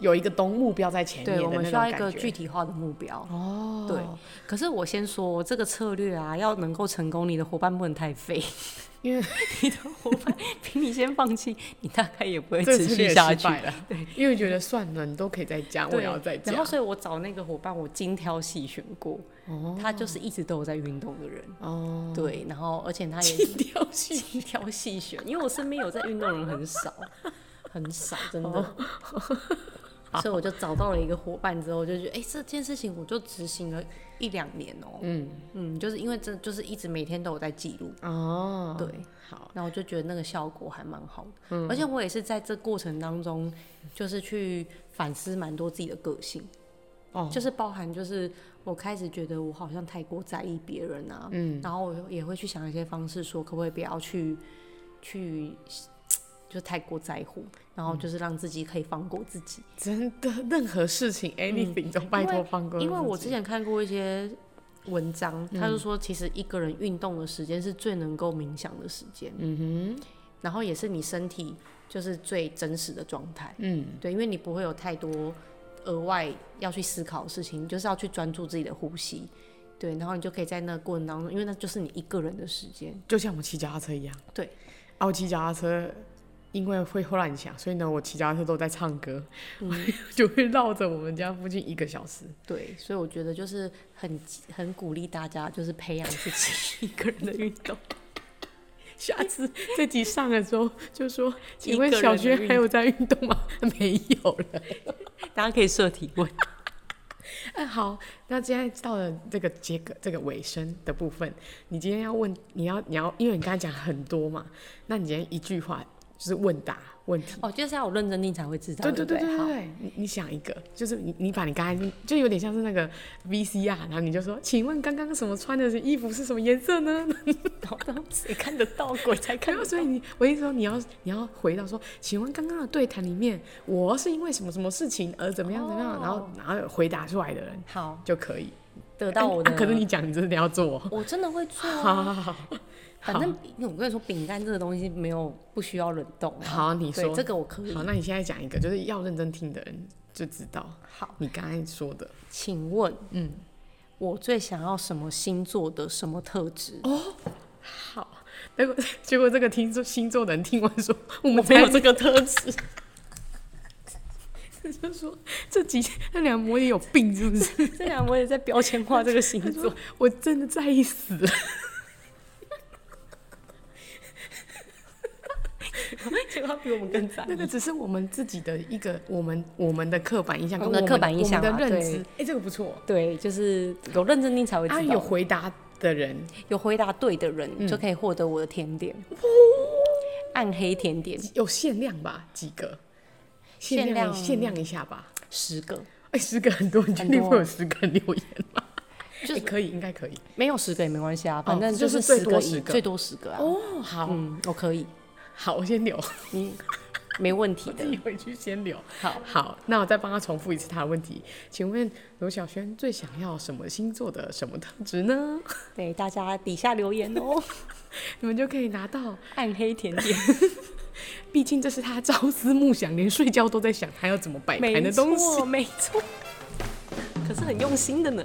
Speaker 2: 有一个东目标在前面
Speaker 3: 对，
Speaker 2: 的
Speaker 3: 我们
Speaker 2: 那
Speaker 3: 需
Speaker 2: 种
Speaker 3: 要一
Speaker 2: 感
Speaker 3: 个
Speaker 2: 觉
Speaker 3: 具体化的目标。
Speaker 2: 哦，
Speaker 3: 对，可是我先说，这个策略啊，要能够成功，你的伙伴不能太废，
Speaker 2: 因为
Speaker 3: 你的伙伴比你先放弃，你大概也不会
Speaker 2: 这
Speaker 3: 哎持
Speaker 2: 次
Speaker 3: 续
Speaker 2: 也
Speaker 3: 下
Speaker 2: 失
Speaker 3: 去。
Speaker 2: 败了，对，因为觉得算了，你都可以再加，我
Speaker 3: 对
Speaker 2: 也要再加，
Speaker 3: 然后，所以我找那个伙伴，我精挑细选过，
Speaker 2: 哦
Speaker 3: 他就是一直都有在运动的人。
Speaker 2: 哦，
Speaker 3: 对，然后而且他也
Speaker 2: 精挑细选
Speaker 3: 精挑细选，因为我身边有在运动的人很少，很少，真
Speaker 2: 哦
Speaker 3: 的。所以我就找到了一个伙伴之后，我就觉得，哎、这件事情我就执行了一两年哦、
Speaker 2: 嗯，
Speaker 3: 嗯，就是因为这就是一直每天都有在记录，
Speaker 2: 哦，嗯
Speaker 3: 对，
Speaker 2: 好，
Speaker 3: 然后我就觉得那个效果还蛮好的。而且我也是在这过程当中，就是去反思蛮多自己的个性，
Speaker 2: 哦
Speaker 3: 就是包含就是我开始觉得我好像太过在意别人啊，
Speaker 2: 嗯，
Speaker 3: 然后我也会去想一些方式，说可不可以不要去去就太过在乎，然后就是让自己可以放过自己。
Speaker 2: 真的，任何事情 anything 都拜托放过自己，嗯
Speaker 3: 嗯因为我之前看过一些文章，他就说其实一个人运动的时间是最能够冥想的时间，
Speaker 2: 嗯哼，
Speaker 3: 然后也是你身体就是最真实的状态。
Speaker 2: 嗯，
Speaker 3: 对，因为你不会有太多额外要去思考的事情，你就是要去专注自己的呼吸。对，然后你就可以在那个过程当中，因为那就是你一个人的时间。
Speaker 2: 就像我骑脚踏车一样，
Speaker 3: 对，
Speaker 2: 啊，我骑脚踏车。因为会乱想，所以呢，我骑脚踏车都在唱歌，
Speaker 3: 嗯
Speaker 2: 就会绕着我们家附近一个小时。
Speaker 3: 对，所以我觉得就是很很鼓励大家，就是培养自己一个人的运动。
Speaker 2: 下次这集上了之后，就说：“
Speaker 3: 一
Speaker 2: 请
Speaker 3: 个
Speaker 2: 问小
Speaker 3: 人的
Speaker 2: 学
Speaker 3: 运
Speaker 2: 还有在运动吗？” 没有了。
Speaker 3: 大家可以设提问。
Speaker 2: 哎，好，那现在到了这个结个这个尾声的部分，你今天要问，你要你要，因为你刚才讲很多嘛，那你今天一句话就是问答问题。
Speaker 3: 哦，就是要有认真听才会知道。
Speaker 2: 对
Speaker 3: 对
Speaker 2: 对
Speaker 3: 不
Speaker 2: 对
Speaker 3: 好
Speaker 2: 对，你你想一个，就是你你把你刚才就有点像是那个 VCR，然后你就说，请问刚刚什么穿的衣服是什么颜色呢？
Speaker 3: 谁看得到鬼才看
Speaker 2: 然后
Speaker 3: 得到？
Speaker 2: 所以你，我一直说你要你要回到说，请问刚刚的对谈里面，我是因为什么什么事情而怎么样怎么样，然后然后有回答出来的人
Speaker 3: 好，
Speaker 2: 就可以。
Speaker 3: 得到我的。
Speaker 2: 啊可是你讲，你真的要做哦。
Speaker 3: 我真的会做
Speaker 2: 好好
Speaker 3: 啊。
Speaker 2: 好好好，
Speaker 3: 反正我跟你说，饼干这个东西没有不需要冷冻啊。
Speaker 2: 好你
Speaker 3: 对
Speaker 2: 说
Speaker 3: 这个我可以
Speaker 2: 好，。那你现在讲一个，就是要认真听的人就知道
Speaker 3: 好，
Speaker 2: 你刚才说的
Speaker 3: 请问，嗯，我最想要什么星座的什么特质？
Speaker 2: 好。结果结果这个听说星座的人听完说，我
Speaker 3: 我
Speaker 2: 们
Speaker 3: 没有
Speaker 2: 才
Speaker 3: 这个特质。
Speaker 2: 就说这几那两模拟有病是不是？
Speaker 3: 虽然我也在标签化这个 星
Speaker 2: 他
Speaker 3: 座
Speaker 2: 说。我真的在意死了。
Speaker 3: 结果他比我们更惨
Speaker 2: 那。个只是我们自己的一个我们我们的刻板印象，
Speaker 3: 我
Speaker 2: 跟
Speaker 3: 们
Speaker 2: 我
Speaker 3: 的
Speaker 2: 们
Speaker 3: 刻板印象
Speaker 2: 我们
Speaker 3: 啊
Speaker 2: 的认
Speaker 3: 对
Speaker 2: 知。哎，这个不错。
Speaker 3: 对，就是有认真听才会知道。
Speaker 2: 啊，有回答的人，
Speaker 3: 有回答对的人，就可以获得我的甜点。暗黑甜点
Speaker 2: 有限量吧？几个？
Speaker 3: 限
Speaker 2: 限量
Speaker 3: 量
Speaker 2: 限量一下吧。
Speaker 3: 十个，
Speaker 2: 哎，十个很多，你确定
Speaker 3: 多
Speaker 2: 会有十个人留言吗？
Speaker 3: 就
Speaker 2: 哎
Speaker 3: 是
Speaker 2: 可以，应该可以。
Speaker 3: 没有十个也没关系啊，反正
Speaker 2: 就是是最
Speaker 3: 十
Speaker 2: 多
Speaker 3: 个以
Speaker 2: 10个
Speaker 3: 最多十个啊。
Speaker 2: 哦，好
Speaker 3: 嗯，我可以，
Speaker 2: 好，我先留，
Speaker 3: 你没问题
Speaker 2: 自己
Speaker 3: 的。
Speaker 2: 回去先留。
Speaker 3: 好，
Speaker 2: 好，那我再帮他重复一次他的问题。请问罗小轩最想要什么星座的什么特质呢？
Speaker 3: 对大家底下留言 哦。
Speaker 2: 你们就可以拿到。
Speaker 3: 暗黑甜点，
Speaker 2: 毕竟这是他朝思暮想，连睡觉都在想他要怎么摆盘
Speaker 3: 没
Speaker 2: 的东西
Speaker 3: 错，。没错。可是很用心的呢。